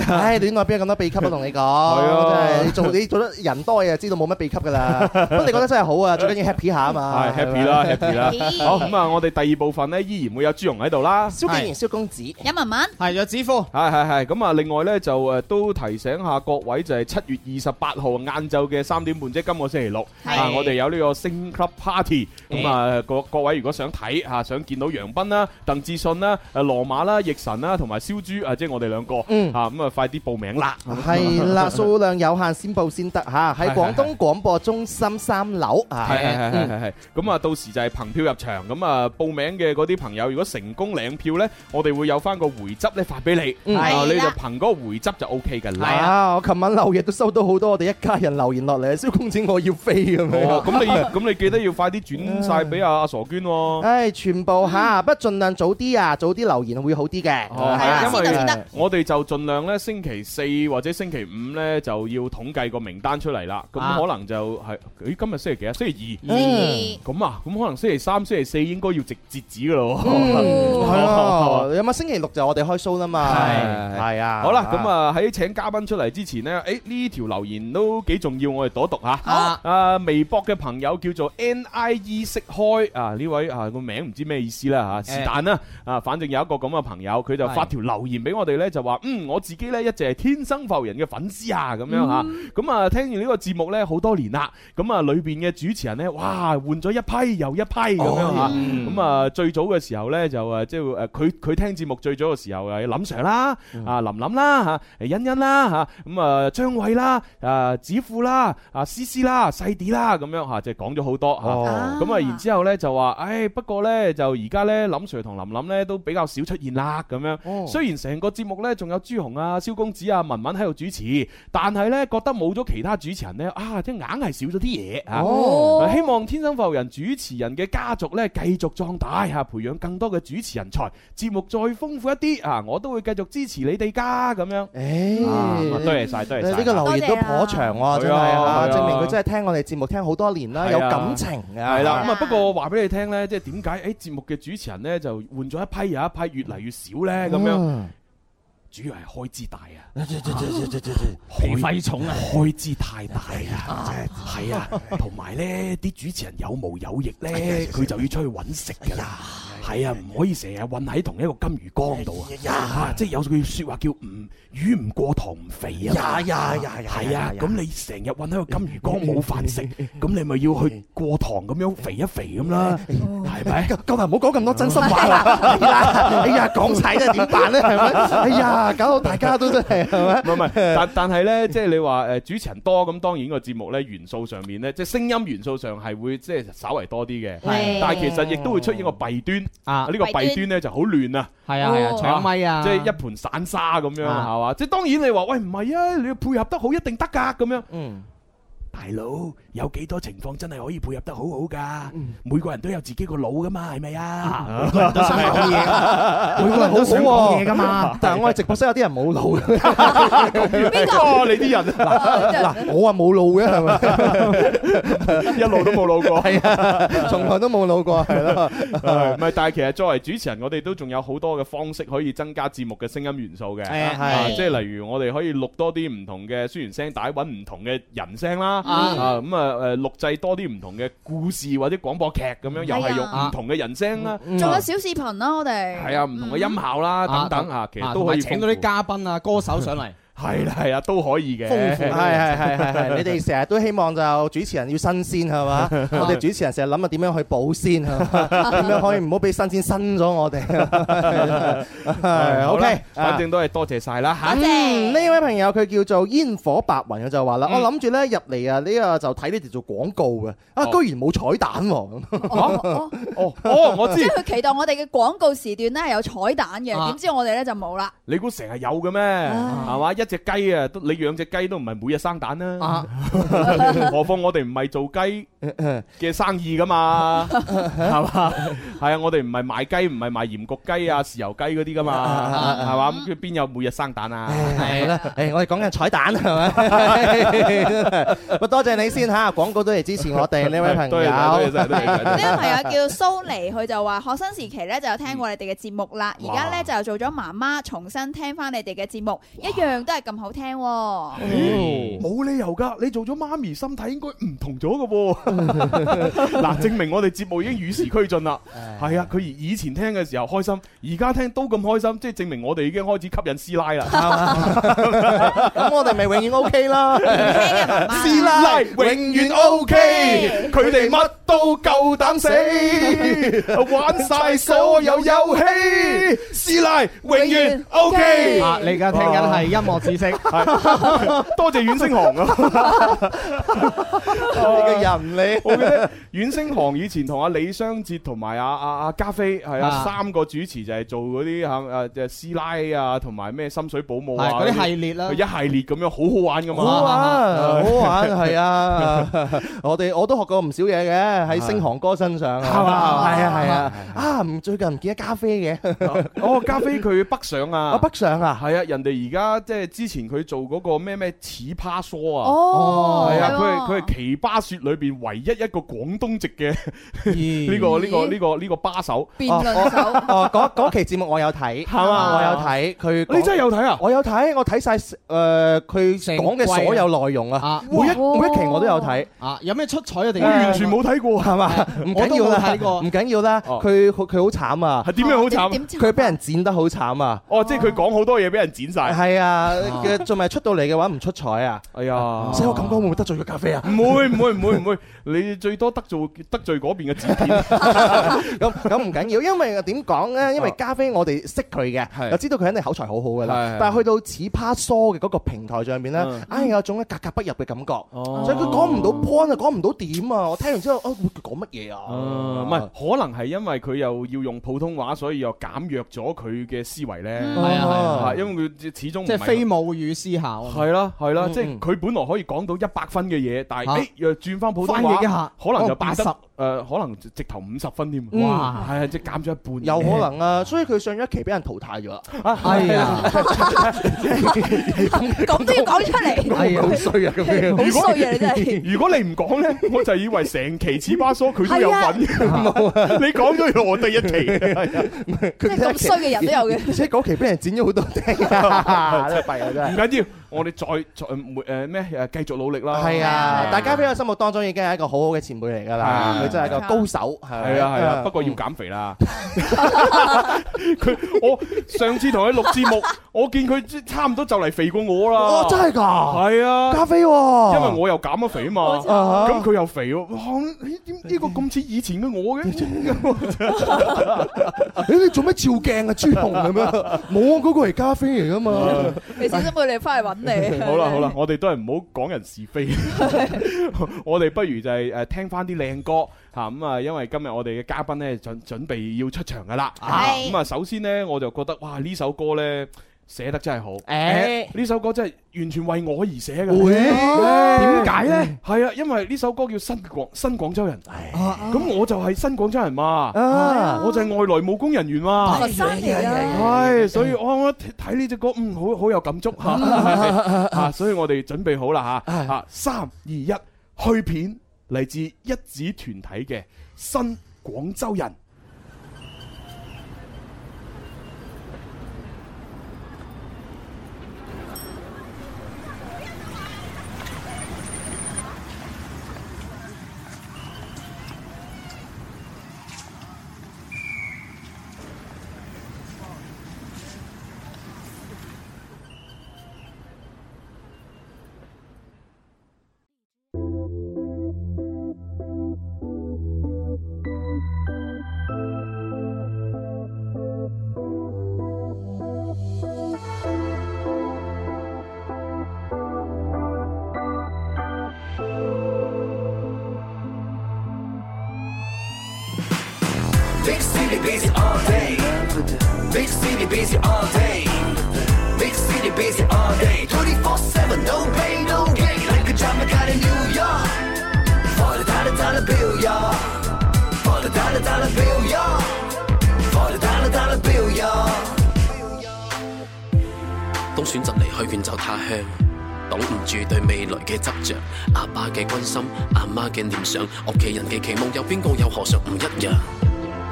係。啊
唉，戀愛邊有咁多秘笈啊？同你講，
啊
真係你做你做得人多嘅，就知道冇乜秘笈
<laughs>
噶啦。不過你覺得真係好啊，最緊要 happy 下啊嘛。
係 happy 啦
<laughs>
，happy 啦
Happy。
好咁啊，我哋第二部分咧依然會有朱容喺度啦。
蕭敬仁、蕭公子，
有文文
係有子夫。
係係係，咁啊，另外呢，就誒都提醒下各位，就係七月二十八號晏晝嘅三點半，即係今個星期六
係
啊，我哋有呢個星 club party，咁啊各各位如果想睇嚇，想見到楊斌啦、鄧志信啦、誒羅馬啦、奕神啦，同埋燒豬啊，即係我哋兩個
嗯
啊，咁啊快啲報名啦！
係啦，
<laughs>
數量有限，先報先得吓。喺
係
廣東廣播中心三樓啊。
係係係係係係，咁啊到時就係憑票入場，咁啊報名嘅嗰啲朋友，如果成功領票呢，我哋會有翻個回執呢發俾你，
嗯
啊你
係
就
啦
憑嗰個回執就 OK 㗎啦。
啊！我琴晚留夜都收到好多我哋一家人留言落嚟，蕭公子我要飛咁
哦，
<laughs>
樣。
咁你咁你記得要快啲轉晒俾阿阿傻娟喎。
<laughs> 唉，全部吓，不過盡量早啲啊，早啲留言會好啲嘅。
哦，
係啊
因
先得先
為
得
我哋就盡量咧星期四或者星期五咧就要統計個名單出嚟啦。咁
啊
可能就係，咦今日星期幾啊？星期
嗯
二。
咦
咁啊，咁可能星期三、星期四應該要直截止噶咯喎。
嗯
<laughs>
係啊，有乜星期六就我哋開 show 啦嘛。
係
係啊。
好啦，咁啊喺請嘉賓出嚟之前呢，誒呢條留言都幾重要，我哋讀一讀嚇。
啊，
啊，微博嘅朋友叫做 NIE 識開啊，呢位啊個名唔知咩意思啦嚇，
誒
是但啦啊，反正有一個咁嘅朋友，佢就
係
發條留言俾我哋呢，就話嗯我自己呢，一直係天生浮人嘅粉絲啊咁樣嚇，咁啊聽完呢個節目呢，好多年啦，咁啊裏邊嘅主持人呢，哇換咗一批又一批咁樣嚇，咁啊最早嘅時候呢，就呃誒即係誒佢佢聽節目最早嘅時候係林 Sir 啦。啊林林啦嚇，誒欣欣啦嚇，咁啊張偉啦，啊子富啦，啊思思啦，細啲啦咁樣嚇，就講咗好多嚇。
哦
咁啊，然之後咧就話，唉，不過咧就而家咧，林 Sir 同林林咧都比較少出現啦，咁
哦
樣。雖然成個節目咧仲有朱紅啊、蕭公子啊、文文喺度主持，但係咧覺得冇咗其他主持人咧，啊，即係硬係少咗啲嘢啊。
哦
啊希望天生浮人主持人嘅家族咧繼續壯大嚇，培養更多嘅主持人才，節目再豐富一啲啊！我都會繼續支持你哋噶咁樣。
誒
啊，多謝晒，多謝晒。
呢個留言都頗長喎，真係啊，證明佢真係聽我哋節目聽好多年啦，有感情啊。
係 <laughs>
<laughs>
啦，咁啊不過話俾你聽咧，即係啊
嗯
點解誒節目嘅主持人咧就換咗一批又一批，越嚟越少咧咁樣。主要係開支大
<laughs>
啊，
脾肺重啊
開支太大
<laughs>
啊，係啊，同埋咧啲主持人有毛有翼
<laughs> 哎
咧，佢就要出去揾食㗎啦，係啊，唔可以成日混喺同一個金魚缸度
哎
啊，啊即係有句説話叫唔魚唔過塘唔肥啊
呀
嘛，
呀呀呀
係啊
呀，呀
咁你成日混喺個金魚缸冇飯食，咁你咪要去過塘咁樣肥一肥咁啦，係咪？
夠唔好講咁多真心話啦！哎 <laughs> 呀，哎呀，講晒真係點辦咧？係咪？哎呀，搞到大家都真係係咪？
唔係唔係，但但係咧，即係你話誒主持人多咁，當然個節目咧元素上面咧，即係聲音元素上係會即係稍為多啲嘅。
係
但係其實亦都會出現個弊端
啊
呢個
弊
弊
端
端咧就好亂啊。
係啊係啊
哦
搶咪啊
即係一盤散沙咁樣
啊
係嘛？即係當然你話喂唔係啊，你要配合得好一定得㗎咁樣。嗯。大佬有幾多情況真係可以配合得好好㗎？每個人都有自己個腦㗎嘛，係咪啊？每個人都想講
<laughs>
<laughs> 嘢，
每個人都想講嘢㗎
<laughs>
嘛。但係我哋直播室有啲人冇 <laughs> 腦嘅。邊
個哦你啲人
嗱，我啊冇腦嘅 <laughs> 係咪？
<laughs> 一路都冇腦過，
<laughs> 係啊，從來都冇腦過， <laughs> 係咯。
唔係，但係其實作為主持人，我哋都仲有好多嘅方式可以增加節目嘅聲音元素嘅，
係啊係
啊即係例如我哋可以錄多啲唔同嘅宣傳聲帶，揾唔同嘅人聲啦，啊
嗯
咁啊誒錄製多啲唔同嘅故事或者廣播劇咁樣，又係用
係啊
唔同嘅人聲啦，
仲有小視頻啦，我哋
嗯係啊，唔同嘅音效啦等等啊，其實都可以
請到啲嘉賓啊、歌手上嚟。
係啦係啊，都可以嘅，
<laughs> 豐富，係係係係係，你
<laughs>
哋成日都希望就主持人要新鮮係 <laughs> 嘛？我哋主持人成日諗啊點樣去保鮮係 <laughs> 嘛？點樣可以唔好俾新鮮新咗 <laughs> 我哋係
好啦
？OK，
反正都係多謝晒啦嚇。
嗯，呢位朋友佢叫做煙火白雲，佢就話啦：我諗住咧入嚟啊，呢個就睇你哋做廣告嘅，啊居然冇彩蛋
<laughs>
喎！
哦哦，我
即
知
係。佢期待我哋嘅廣告時段咧係有彩蛋嘅，
啊
點知我哋咧就冇啦。
你估成日有嘅咩？係嘛？一隻雞啊，都你養只雞都唔係每日生蛋啦。 <laughs> 何況我哋唔係做雞嘅生意噶嘛，係嘛？係啊，我哋唔係賣雞，唔係賣鹽焗雞啊、豉油雞嗰啲噶嘛，係嘛？咁佢邊有每日生蛋啊？
<laughs> 係啦，誒，我哋講緊彩蛋係咪？ <laughs> 喂，多謝你先嚇，廣告都嚟支持我哋呢位朋
<laughs>
友。
多謝晒多謝晒多謝晒
呢位朋
<laughs>
友叫蘇妮，佢就話學生時期咧就有聽過你哋嘅節目啦，而家咧就做咗媽媽，重新聽翻你哋嘅節目，一樣都係咁好聽
<laughs>
喎。
哦
冇理由噶，你做咗媽咪，心態應該唔同咗噶
<laughs>
喎。嗱，證明我哋節目已經與時俱進啦。係啊，佢而以前聽嘅時候開心，而家聽都咁開心，即係證明我哋已經開始吸引師
<laughs>
奶啦。
咁我哋咪永遠 OK 啦， <laughs> 師
奶
奶
永
永遠
遠 OK，
OK， <laughs> 佢
佢哋
哋乜
乜
都夠膽 <laughs> 死，玩晒所有遊戲，師奶永遠 OK。
啊！你而家聽緊係音樂知識，
多謝阮星航啊！
你個人你，
我記得阮星航以前同阿李雙哲同埋阿阿阿加菲係啊
啊
三個主持就係做嗰啲嚇誒即係師奶啊，同埋咩深水保姆啊
係嗰啲系列啦
一系列咁樣好 <laughs> 好玩噶嘛，
好玩，好玩，係啊！ <laughs>
<laughs>
我哋我都學過唔少嘢嘅，喺星航哥身上啊，係
嘛
係啊，係啊，啊唔最近唔見得加菲嘅， <laughs>
哦，加菲佢北上啊！
北上啊，
係啊！人哋而家即係之前佢做嗰個咩咩似巴梳啊，
哦
係啊！
係
佢
喎
係佢係奇巴雪裏邊唯一一個廣東籍嘅 <laughs> 呢個呢個呢個呢個巴手，
哦哦，嗰嗰期節目我有睇，係
嘛
我有睇佢講。
你真係有睇啊？
我有睇，我睇晒誒佢講嘅所有內容啊，每一每一期我都有睇。
<laughs> 啊，有咩出彩嘅地
我
方？
完全
冇睇過，
係嘛？
<laughs>
唔緊要
我都冇睇
啦，
過
唔緊要啦。佢佢佢好慘啊！
係點樣好慘哦點點慘
佢俾人剪得好慘啊！
哦，即係佢講好多嘢俾人剪晒，
係啊，佢仲咪出到嚟嘅話唔出彩啊！
哎呀，
唔使我咁講會唔會得罪咗咖啡啊？
唔會唔會唔會唔會，你最多得罪得罪嗰邊嘅剪片。
咁 <laughs> 咁唔緊要，因為點講咧？因為加菲我哋識佢嘅，又知道佢肯定口才好好噶啦
係。
但係去到似趴梳嘅嗰個平台上面咧，唉有種咧格格不入嘅感覺，所以佢講唔到 point 啊，講唔到點啊！我聽完之後，啊佢講乜嘢啊？
唔係，可能係因為佢又要用普通話，所以又減弱咗佢嘅思維咧。
係啊係啊
因為佢始終唔
即係
係
非母語思考啊。
係啦，係啦，
嗯 <laughs>
即係佢本來可以講到一百分嘅嘢，但係
嚇
誒又轉翻普通
翻
話，
譯一下
可能就
哦
變得
80
誒可能直頭五十分添，
嗯
哇，係啊，即係減咗一半，
有可能啊，所以佢上一期俾人淘汰咗啦。
係 <laughs> 啊
咁
都要講出 <laughs> 嚟
哎呀
好衰啊！咁樣，
好衰
네.
啊你真係
<laughs> 如果你唔講咧，我就以為成期黐巴梳佢都有份
係啊冇啊
你講咗原來我第一期， <laughs> 係啊
<laughs> 即
係咁衰嘅人都有嘅
<laughs> 而且嗰期俾人剪咗好多釘，
<laughs>
啊真係弊啊真係
唔。緊要，我哋再再每誒咩誒繼續努力啦。
係啊，大家喺我心目當中已經係一個好好嘅前輩嚟㗎啦，
係
佢真係一個高手，咪
係啊係啊，不過要減肥啦。佢我上次同佢錄節目，我見佢差唔多就嚟肥過我啦。
哦真係㗎
係啊，
加菲喎
因為我又減咗肥嘛，
好慘啊
咁佢又肥喎。哇點呢個咁似以前嘅我嘅？
<laughs> 誒你做咩照鏡啊朱
<laughs>
紅咁樣？冇啊，嗰個係加菲嚟㗎嘛。
你小心佢哋翻嚟
<laughs>
揾你。
好啦好啦，我哋都係唔好講人是非，我哋不如就係誒呃聽翻啲靚歌嚇咁啊！因為今日我哋嘅嘉賓咧準準備要出場噶啦，啊
係
咁啊首先呢，我就覺得哇呢首歌咧寫得真係好，
誒
呢首歌真係完全為我而寫嘅，
會
誒
點解呢？
係啊，因為呢首歌叫新廣新廣州人，咁我就係新廣州人嘛，
啊
我就係外來務工人員嘛，
學生嚟啊㗎
係，所以我我睇呢只歌，嗯，好好有感觸
嗯
嚇， <laughs> 啊，所以我哋準備好啦嚇，啊，三二一，去片嚟自一指團體嘅新廣州人。
Big city busy all day. Big city busy all day. Big city busy all day. 24 7, no pay, no gain. Like a drama got in New York. For the dollar dollar bill, y'all. For the dollar dollar bill, y'all. For the dollar dollar bill, y'all.
當選擇離開遠走他鄉，擋唔住對未來嘅執着。阿爸嘅關心，阿媽嘅念想，屋企人嘅期望，有邊個又何嘗唔一樣？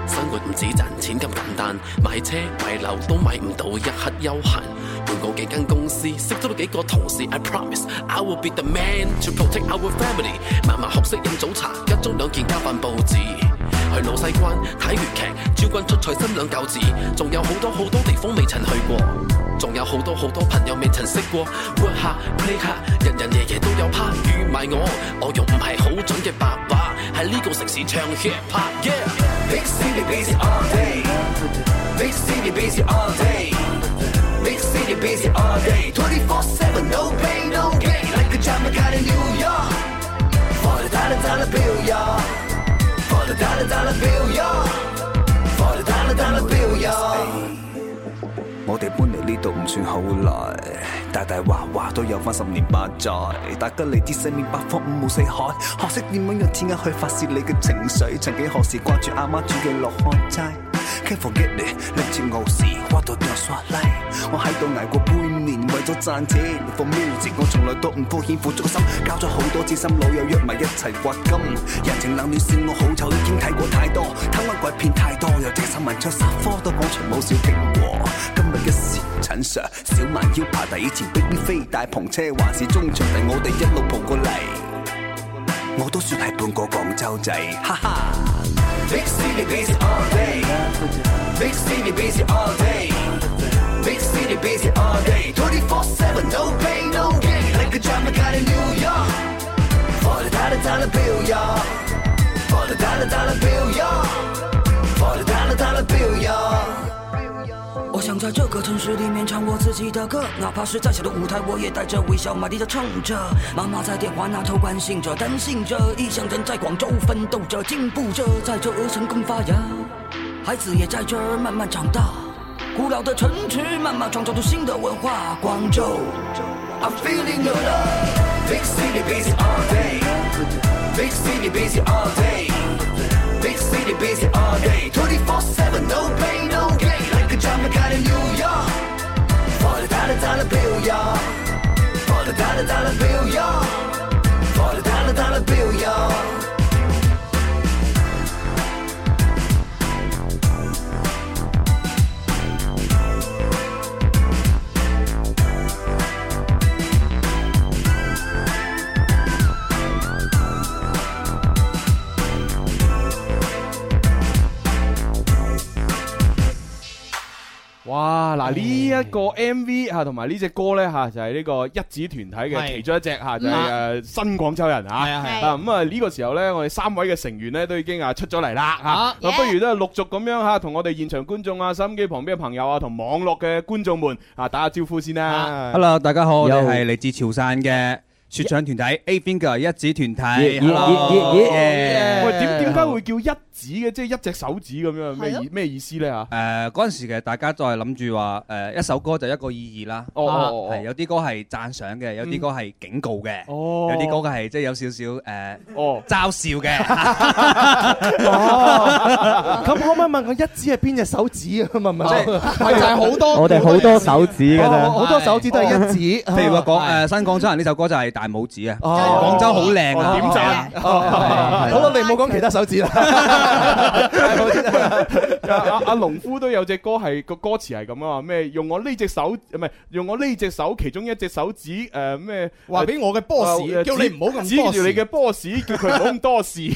生活唔止賺錢咁簡單，買車買樓都買唔到一刻休閒。換過幾間公司，識咗幾個同事，I promise I will be the man to protect our family。慢慢學識飲早茶，一盅兩件加份報紙。去老西關睇粵劇，諸君出塞新兩舊字，仲有好多好多地方未曾去過。仲有好多好多朋友未曾識過，work 下 play 下，人人夜夜都有 part。預埋我，我用唔係好準嘅白話喺呢個城市唱 hip hop yeah。
Big city busy all day. Big city busy all day. Big city busy all day. 24 7, no pay, no gain. Like a drama got in New York. For the dollar dollar bill, y'all. For the dollar dollar bill, y'all. For the dollar dollar bill, y'all.
我哋搬嚟呢度唔算好耐，大大話話都有翻十年八載。大家嚟自四面八方，五湖四海，學識點樣用字眼去發泄你嘅情緒。曾幾何時掛住阿媽煮嘅落漢齋，careful get 你，你似傲視，挖到掉沙拉。我喺度捱過半年，為咗賺錢 for music，我從來都唔敷衍付足心，交咗好多次心，老友約埋一齊掘金。人情冷暖笑我好醜，已經睇過太多，貪玩鬼騙太多，又聽新聞唱殺科都講出冇少經過。今日嘅事陳 Sir，小蠻腰爬大，以前逼逼飛大篷車，還是中場，但我哋一路蒲過嚟，我都算係半個廣州仔，哈哈。
Big city busy all day. Big city busy all day. Big city busy all day. 24 7, no pain, no gain. Like a drama got in New York. For the dollar dollar bill, y'all. For the dollar dollar bill, y'all. For the dollar dollar bill, y'all.
我想在这个城市里面唱我自己的歌，哪怕是再小的舞台，我也带着微笑卖力的唱着。妈妈在电话那头关心着、担心着，异乡人在广州奋斗着、进步着，在这儿成功发芽，孩子也在这儿慢慢长大。古老的城池慢慢创造出新的文化，广州。
I'm feeling your love. Big city busy all day. Big city busy all day.
all day 24-7 no pain no gain Like a drama guy in New York For the dollar dollar bill y'all For the dollar dollar bill y'all For the dollar dollar bill y'all
哇！嗱呢一個 MV 嚇，同埋呢只歌咧嚇，就係呢個一子團體嘅
係
其中一隻嚇，
嗯
就係誒新廣州人嚇。
係啊係
啊咁啊呢個時候咧，我哋三位嘅成員咧都已經啊出咗嚟啦
啊
嚇。咁不如都係陸續咁樣嚇，同我哋現場觀眾啊、收音機旁邊嘅朋友啊、同網絡嘅觀眾們啊打下招呼先啦。
Hello，大家好，我哋
Yo
係嚟自潮汕嘅說唱團體 A Finger 一指團體。
咦咦
Hello
咦咦咦
Yeah
喂，點點解會叫一指嘅？即係一隻手指咁樣咩意咩意思啊咧嚇？
誒嗰陣時嘅大家都係諗住話誒一首歌就一個意義啦，
哦哦哦哦
係有啲歌係讚賞嘅，有啲歌係警告嘅，
哦
有啲歌係即係有少少誒嘲笑嘅。
<laughs>
<laughs>
哦， <laughs> 咁可唔可以問我一指係邊隻手指啊？問問，
咪就係好多
我哋好多手指㗎
哦
啫
好多手指都係一指。
譬如話講誒新廣州人呢首歌就係大拇指啊，
哦
廣州好靚啊，
哦點讚好啦，你唔好講其他手指啦。 <laughs>
阿阿阿農夫都有隻歌係個歌詞係咁啊嘛，咩用我呢隻手唔係用我呢隻手其中一隻手指誒咩
話俾我嘅 boss，
誒
叫你唔好咁多事
指住你嘅 boss，叫佢唔好咁多事。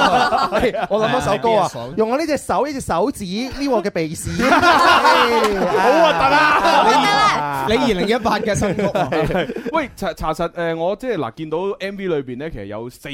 係我諗一首歌啊，用我呢隻手呢隻手指呢個嘅鼻屎， <laughs> 好核
啊
突啊！
你二零一八嘅新曲啊，
喂，查查實誒，我即係嗱，見到 M V 裏邊咧，其實有四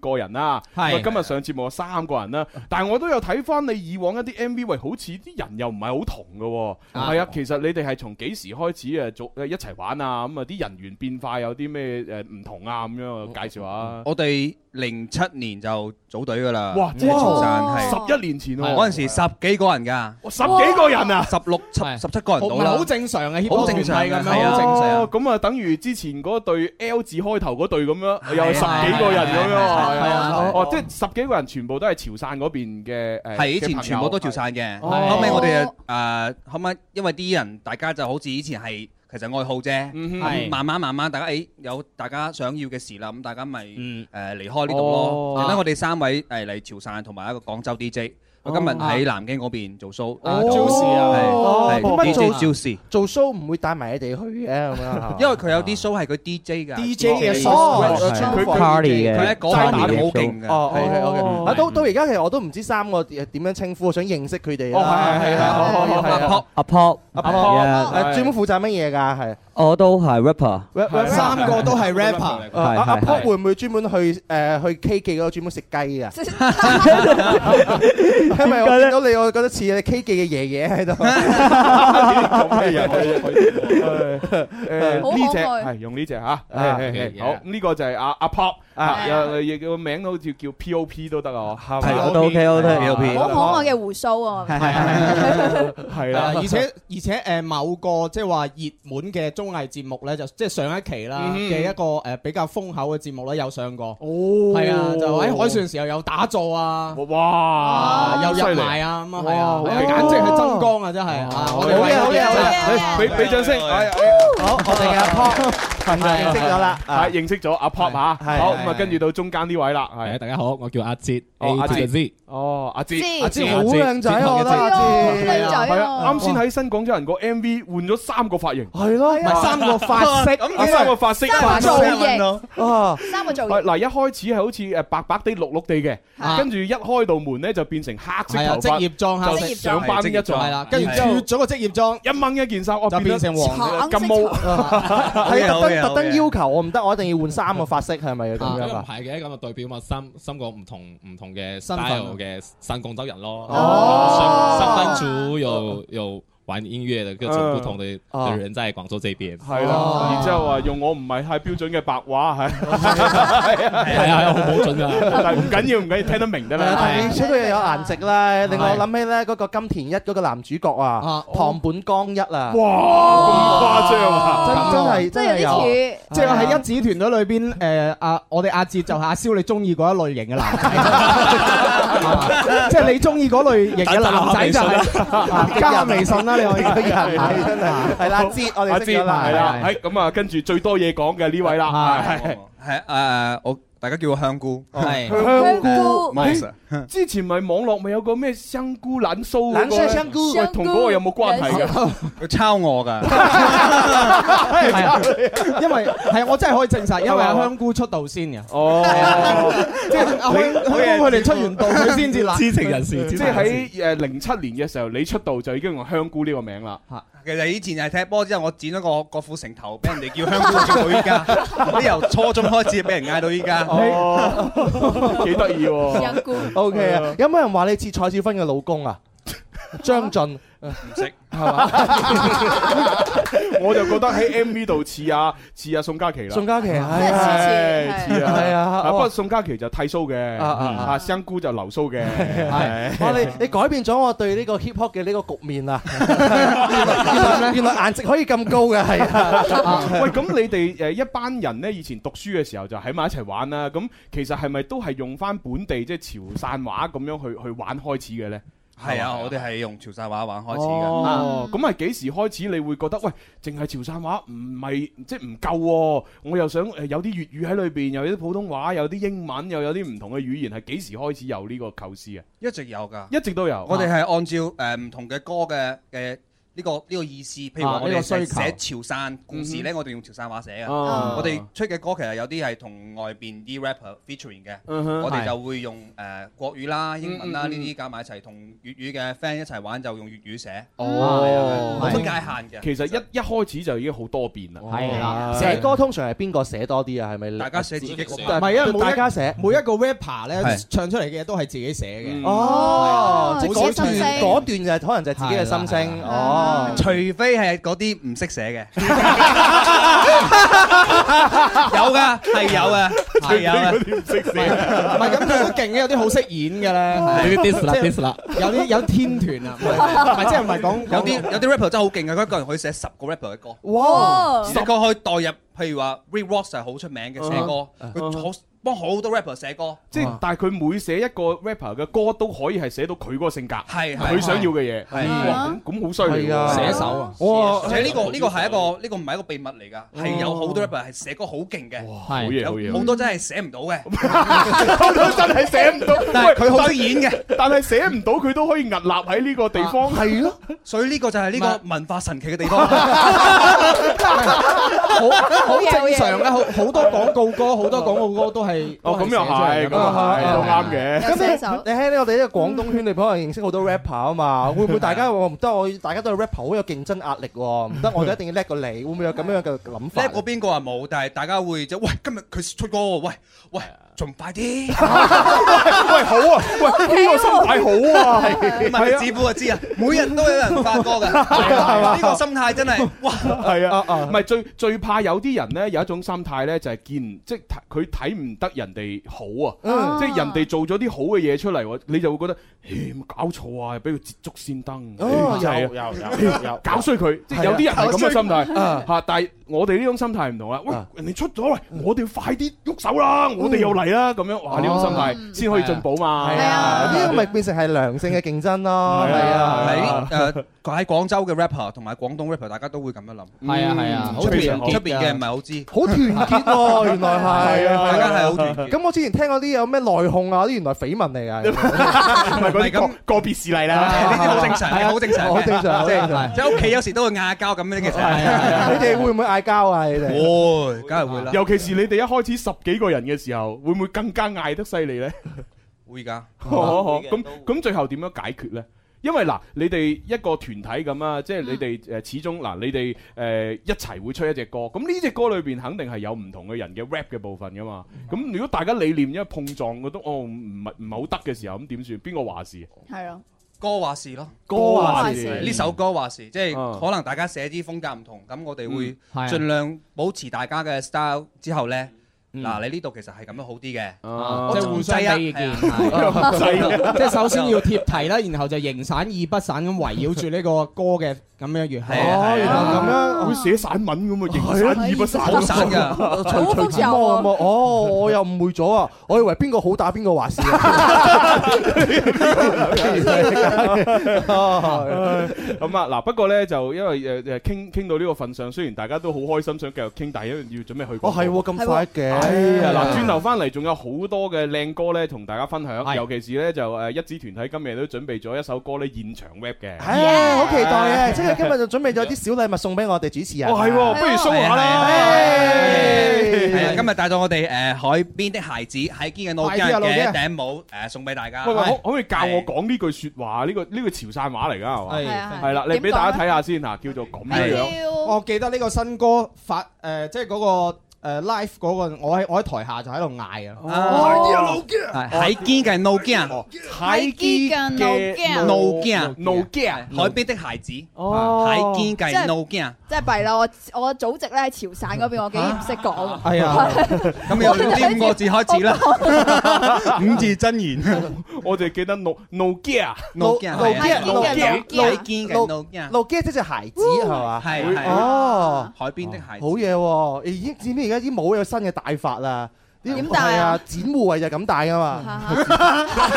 個人啦。
係
喂今日上節目有三個人啦，但係我都有睇翻你以往一啲 M V，喂，好似啲人又唔係好同嘅喎。
啊
係啊，其實你哋係從幾時開始誒做一齊玩啊？咁啊，啲人員變化有啲咩誒唔同啊？咁樣介紹下。
我哋零七年就組隊噶啦，
哇
即係潮
哇
汕係
11年前喎
嗰陣時十幾個人㗎，
十幾個人啊，
十六七十七個人到
唔係
啦，
好正常嘅 hiphop
好正常
團體
嘅
咁樣
係啊，
好正常
哦咁啊，等於之前嗰隊 L 字開頭嗰隊咁樣，有十幾個人咁樣
係
啊。
係係係係啊
哦，即係十幾個人全部都係潮汕嗰邊嘅誒。
係
嘅
以
朋
前
友
全部都
<laughs>
潮汕嘅，
哦
後尾我哋誒後尾因為啲人大家就好似以前係其實愛好啫，
哼
咁
係
慢慢慢慢大家誒有大家想要嘅事啦，咁大家咪誒離開呢度
哦
咯。而家我哋三位誒嚟潮汕同埋一個廣州 DJ，我今日喺南京嗰邊做 show，
哦
係
哦
係
點解
DJ
做
Juicy。
做 show 唔會帶埋你哋去嘅咁樣係嘛
因為佢有啲 show 係佢 DJ 㗎
DJ 嘅 show，
哦
係
佢佢
Party 嘅
佢喺嗰方面好
party 嘅 show
勁㗎。
哦
係
，OK OK，啊
係
到到而家其實我都唔知三個點樣稱呼，我想認識佢哋啦。
哦係係係係
係係係係
哦阿 Pop，
阿 Paul，
哎
Yeah
誒專門負責乜嘢㗎？係。
我哦都係 rapper。
三個都係 rapper，
阿
係
阿
係
Pop 會唔會專門去誒去 K 記嗰度專門食雞啊？因為我見到你，我覺得似你 K 記嘅爺爺喺度。
咁嘅人 <laughs> 誒
好可愛
呢只係用呢只吓，係係係好呢個就係阿阿 Pop 啊，有亦個名好似叫 POP 都得啊，
係我都 OK，我都 OK
好可愛嘅胡鬚
<laughs>
啊！
係
係
啦
啊，而且而且誒某個即係話熱門嘅綜藝節目咧，就即係上一期啦
嗯
嘅一個誒比較風口嘅節目咧，有上過。哦，
哦
係啊，就喺海上時候有打坐啊，
哇
啊又入埋啊，咁啊係啊，係簡直係增光啊，真係啊！我哋為咗
好俾俾掌聲，好，
我哋嘅阿 Pop 認識咗啦
係認識咗阿 Pop 吓，好咁啊，跟住到中間呢位啦，係
大家好，我叫阿哲，
哦阿
A
哲
哲 Z，
哦阿哲，
阿哲好靚仔啊我覺得阿哲
係
靚仔
啊
啊
係啊，啱先喺新廣州人個 MV 換咗三個髮型，
係咯，
唔係三個髮色
咁啊三個髮色，
三個造型
啊。
三個造
係
型，
嗱，一開始係好似誒白白地、綠綠地嘅，
啊
跟住一開道門咧就變成黑色
係啊
頭髮，
職業裝黑色
就上班一族
係啦跟住
然之後
脫咗個職業裝，
一掹一件衫，我
就變成黃
金
<laughs>
毛。
係特
好嘅好
登特
嘅
登要求我唔得，我一定要換三個髮色，係咪要咁樣
咁唔
啊？
係嘅，咁啊代表嘛三三個唔同唔同嘅
身份
style 嘅新廣州人咯，上
哦
上班族有有玩音樂的各種不同的
嗯
的人在廣州這邊，
係啦，然之後話用我唔係太標準嘅白話，係
係啊，好冇準啊，
但係唔緊要，唔緊要，聽得明得啦。
但係你出到又有顏值啦，令我諗起咧嗰個金田一嗰個男主角啊，堂本光一啊，
哇，咁誇張啊！
真真係真係有。
即係我喺一指團隊裏邊，誒啊，我哋阿哲就係阿蕭，你中意嗰一類型嘅男仔，即係你中意嗰類型嘅男仔就係啊加下微信啦，你可以
真係係啦，知我
阿
哋
芝
識咗
係
啦，
啦，喺咁啊，跟住最多嘢講嘅呢位啦，係
係誒，我大家叫我香菇，係
香菇
唔好意思
誒之前咪網絡咪有個咩香菇冷酥嗰個
冷酥香菇
喂同嗰個有冇關係㗎？
<laughs> 佢抄我㗎。
係啊，因為係我真係可以證實，因為阿香菇出道先嘅。
哦，
<laughs> 即係阿香香菇佢哋出完道佢 <laughs> 先至冷
知
情人
即
士知情
係
人士
喺誒零七年嘅時候，你出道就已經用香菇呢個名啦。
其實以前係踢波之後，我剪咗個個副城頭，俾人哋叫香菇叫到依家，
<laughs>
你由初中開始俾人嗌到依家。 <laughs>
哦，幾得意喎！
香菇 O K 啊，有冇人話你似蔡少芬嘅老 <laughs> 公啊？張晉
唔識
係嘛？
<laughs> 我就覺得喺 MV 度似啊似啊宋嘉琪啦，
宋嘉琪係
唉
似似
似啊，
係啊
不過
我
宋嘉琪就剃鬚嘅，
啊啊啊
啊香菇就留鬚嘅，
哇！你你改變咗我對呢個 hip hop 嘅呢個局
<laughs>
面啊！ <laughs> 原來原來顏值可以咁高嘅 <laughs> 係啊！
喂，咁你哋誒一班人咧，以前讀書嘅時候就喺埋一齊玩啦。咁其實係咪都係用翻本地即係潮汕話咁樣去去玩開始嘅咧？
係啊，我哋係用潮汕話玩開始嘅。啊
哦，咁係幾時開始你會覺得喂，淨係潮汕話唔係即係唔夠喎？我又想誒有啲粵語喺裏邊，又有啲普通話，有啲英文，又有啲唔同嘅語言，係幾時開始有呢個構思啊？
<laughs> 一直有㗎，
一直都有。
我哋係按照誒唔同嘅歌嘅嘅呢個呢個意思，譬如
啊
話我
呢個
哋
需求
寫潮汕故事咧，
嗯哼
我哋用潮汕話寫嘅。
哦
我哋出嘅歌其實有啲係同外邊啲 rapper featuring 嘅，
嗯哼
我哋
係
就會用誒國語啦、英文啦
嗯嗯嗯
呢啲加埋一齊，同粵語嘅 friend 一齊玩就用粵語寫。
哦
係啊係啊冇乜界限嘅。
其實一一開始就已經好多變啦。
係啦，寫歌通常係邊個寫多啲啊？係咪
大家寫自己
唔係因為每一
大家寫。
每一個 rapper 咧
係
唱出嚟嘅嘢都係自己寫嘅。
아.
哦，即係嗰段
係啊
嗰段就係可能就係自己嘅心聲哦。
除非係嗰啲唔識寫嘅，
<laughs>
有㗎，啊係
<laughs>
有嘅，係有啊嘅。
唔識寫，
唔係咁佢都勁嘅，有啲好識演嘅咧。
呢啲 diss 啦
即係
diss 啦
有啲有天團啊，唔係唔係即係唔係講
<laughs> 有啲有啲 rapper 真係好勁嘅，佢一個人可以寫十個 rapper 嘅歌。
哇
十個可以代入，譬如話 Rick Ross 係好出名嘅寫歌，
嗯
佢好幫好多 rapper 寫歌。
即係，但係佢每寫一個 rapper 嘅歌，都可以係寫到佢嗰個性格，
係係
佢想要嘅嘢。
係
哇咁咁好犀利
係
喎，
啊寫手啊
哇！
而且呢個呢個係一個呢個唔係一個秘密嚟㗎，係有好多 rapper 係寫歌好勁嘅，
아,
好
예,
嘢
어,
好嘢
有好多真係寫唔到嘅。 <laughs>
<laughs> 好多真係寫唔到，
但係佢好
喂
識演嘅，
但係寫唔到佢都可以屹立喺呢個地方。
係咯，
啊所以呢個就係呢個文化神奇嘅地方。
<laughs>
好好正常嘅，好好
<laughs>
多廣告歌，好多廣告歌都係
哦咁又係，咁又
啊
係，都啱嘅。
咁你你喺呢我哋呢個廣東圈，你可能認識好多 rapper 啊嘛，會唔會大家話唔得？我大家都係 rapper，好有競爭壓力喎，唔得我就一定要叻過你，會唔會有咁樣嘅諗法
叻？過邊個啊冇，但係大家會就喂今日佢出歌喎，喂喂仲快啲，
喂好啊，
<laughs>
喂呢個心態好啊，
唔係子夫就知啊，每日都有人發歌㗎，
係嘛
呢個心態真係哇！
係啊，唔係最最怕有啲人呢，有一種心態呢，就係見即係睇佢睇唔得人哋好啊，
嗯
即係人哋做咗啲好嘅嘢出嚟，我你就會覺得，誒有冇搞錯啊，俾佢捷足先登，
哦
誒真係
有
啊
有有有
搞衰佢，即係有啲人係咁嘅心
係啊
態嚇，但係我哋呢種心態唔同啦，喂人哋出咗嚟，我哋要快啲喐手啦，我哋又嚟啦，咁樣哇呢種心態先可以進步嘛，
哦嗯係啊，呢個咪變成係良性嘅競爭咯，係啊
喺，誒喺廣州嘅 rapper 同埋廣東 rapper，大家都會咁樣諗。
係啊係啊
嗯
好
出邊
團結㗎
出邊嘅人唔係好知。<laughs>
好團結喎，原來係，
係啊大家係好團結
咁我之前聽嗰啲有咩內控啊，嗰啲原來緋聞嚟㗎。
唔係嗰啲個個別事例啦，
<laughs> 呢啲好正常，
係啊
好正常嘅，
好正常
即
好正
係
常
即係屋企有時都會嗌交咁樣，其實 <laughs>
你哋會唔會嗌交啊？你哋
會，梗係會啦，
尤其是你哋一開始十幾個人嘅時候，會唔會更加嗌得犀利呢？
會㗎。
哦咁咁最後點樣解決呢？因為嗱，你哋一個團體咁啊，即係你哋誒始終嗱，你哋誒一齊會出一隻歌，咁呢只歌裏邊肯定係有唔同嘅人嘅 rap 嘅部分噶嘛。咁如果大家理念因為碰撞，覺得哦唔係唔係好得嘅時候，咁點算？邊個話事？
係咯，
歌話事咯，
歌話事
呢首歌話事，即
嗯
係可能大家寫啲風格唔同，咁我哋會
嗯係啊
盡量保持大家嘅 style 之後呢，
嗯
嗱，你呢度其實係咁樣好啲嘅，
啊
我
即係互相俾意見，
啊
<laughs>
<laughs>
啊
係即係首先要貼題啦，然後就形散意不散咁圍繞住呢個歌嘅咁樣越
係啊係啊
哦，原來咁樣
會寫散文咁啊，形散意不散，
好散 <laughs> 㗎
徐徐志摩咁啊！哦，我又誤會咗啊！我以為邊個好打邊個話事
<laughs>
啊！
咁啊嗱，不過咧就因為誒誒傾傾到呢個份上，雖然大家都好開心想繼續傾，但係因為要準備去廣告。
哦係喎咁快嘅哎
係啊嗱，轉頭翻嚟仲有好多嘅靚歌咧，同大家分享。尤其是咧就呃誒一支團體今日都準備咗一首歌咧現場 rap 嘅。
係啊，好期待啊！即係今日就準備咗啲小禮物送俾我哋主持人。
哦係喎不如 show 下
啊
啦
係啊，今日帶咗我哋誒海邊的孩子喺堅嘅路
海邊嘅
邊
路邊
嘅頂帽誒送俾大
<laughs>
家。
喂喂，可可唔可以教我講呢句説話？呢個呢個潮汕話嚟㗎係嘛？
係係啊
係啦，你
點
俾
講
大家睇下先嚇，叫做咁樣。
我記得呢個新歌發誒，即係嗰個。誒 live 嗰個，我喺我喺台下就喺度嗌啊！
係喺堅嘅路邊，
喺堅嘅
路邊，
路邊，
海邊的孩子，
哦
喺堅嘅路邊。
真係弊啦！我我祖籍咧喺潮汕嗰邊，
<laughs>
我竟然唔識講。
哎
<laughs>
係啊咁由呢五個字開始啦，五字真言。
我就記得 no no gear
no gear，係啊
路
係啊
路
堅嘅
路
路堅
路堅即隻鞋子係嘛？
係啊係
哦，
海邊的孩子
好嘢喎！已經知唔知而家啲帽有新嘅戴法啦？啲
點戴啊
係啊，展護衞就咁戴噶嘛。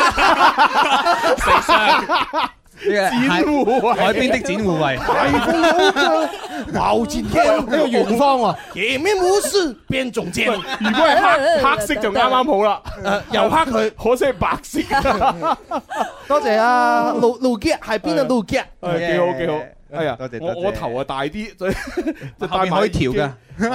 護衛
展海
啊
邊的啊展護衛，
矛前挑呢個
元芳喎，
前面冇事，邊仲正？
如果係黑黑色就啱啱好啦，
呃又黑
<laughs>
佢，
可惜係白色。
多謝啊，路路傑喺邊啊？路傑
誒幾好幾好，哎呀
多謝，
我
多謝
我頭啊大啲，所以就
後面可以調㗎
㗎。
<laughs> 幾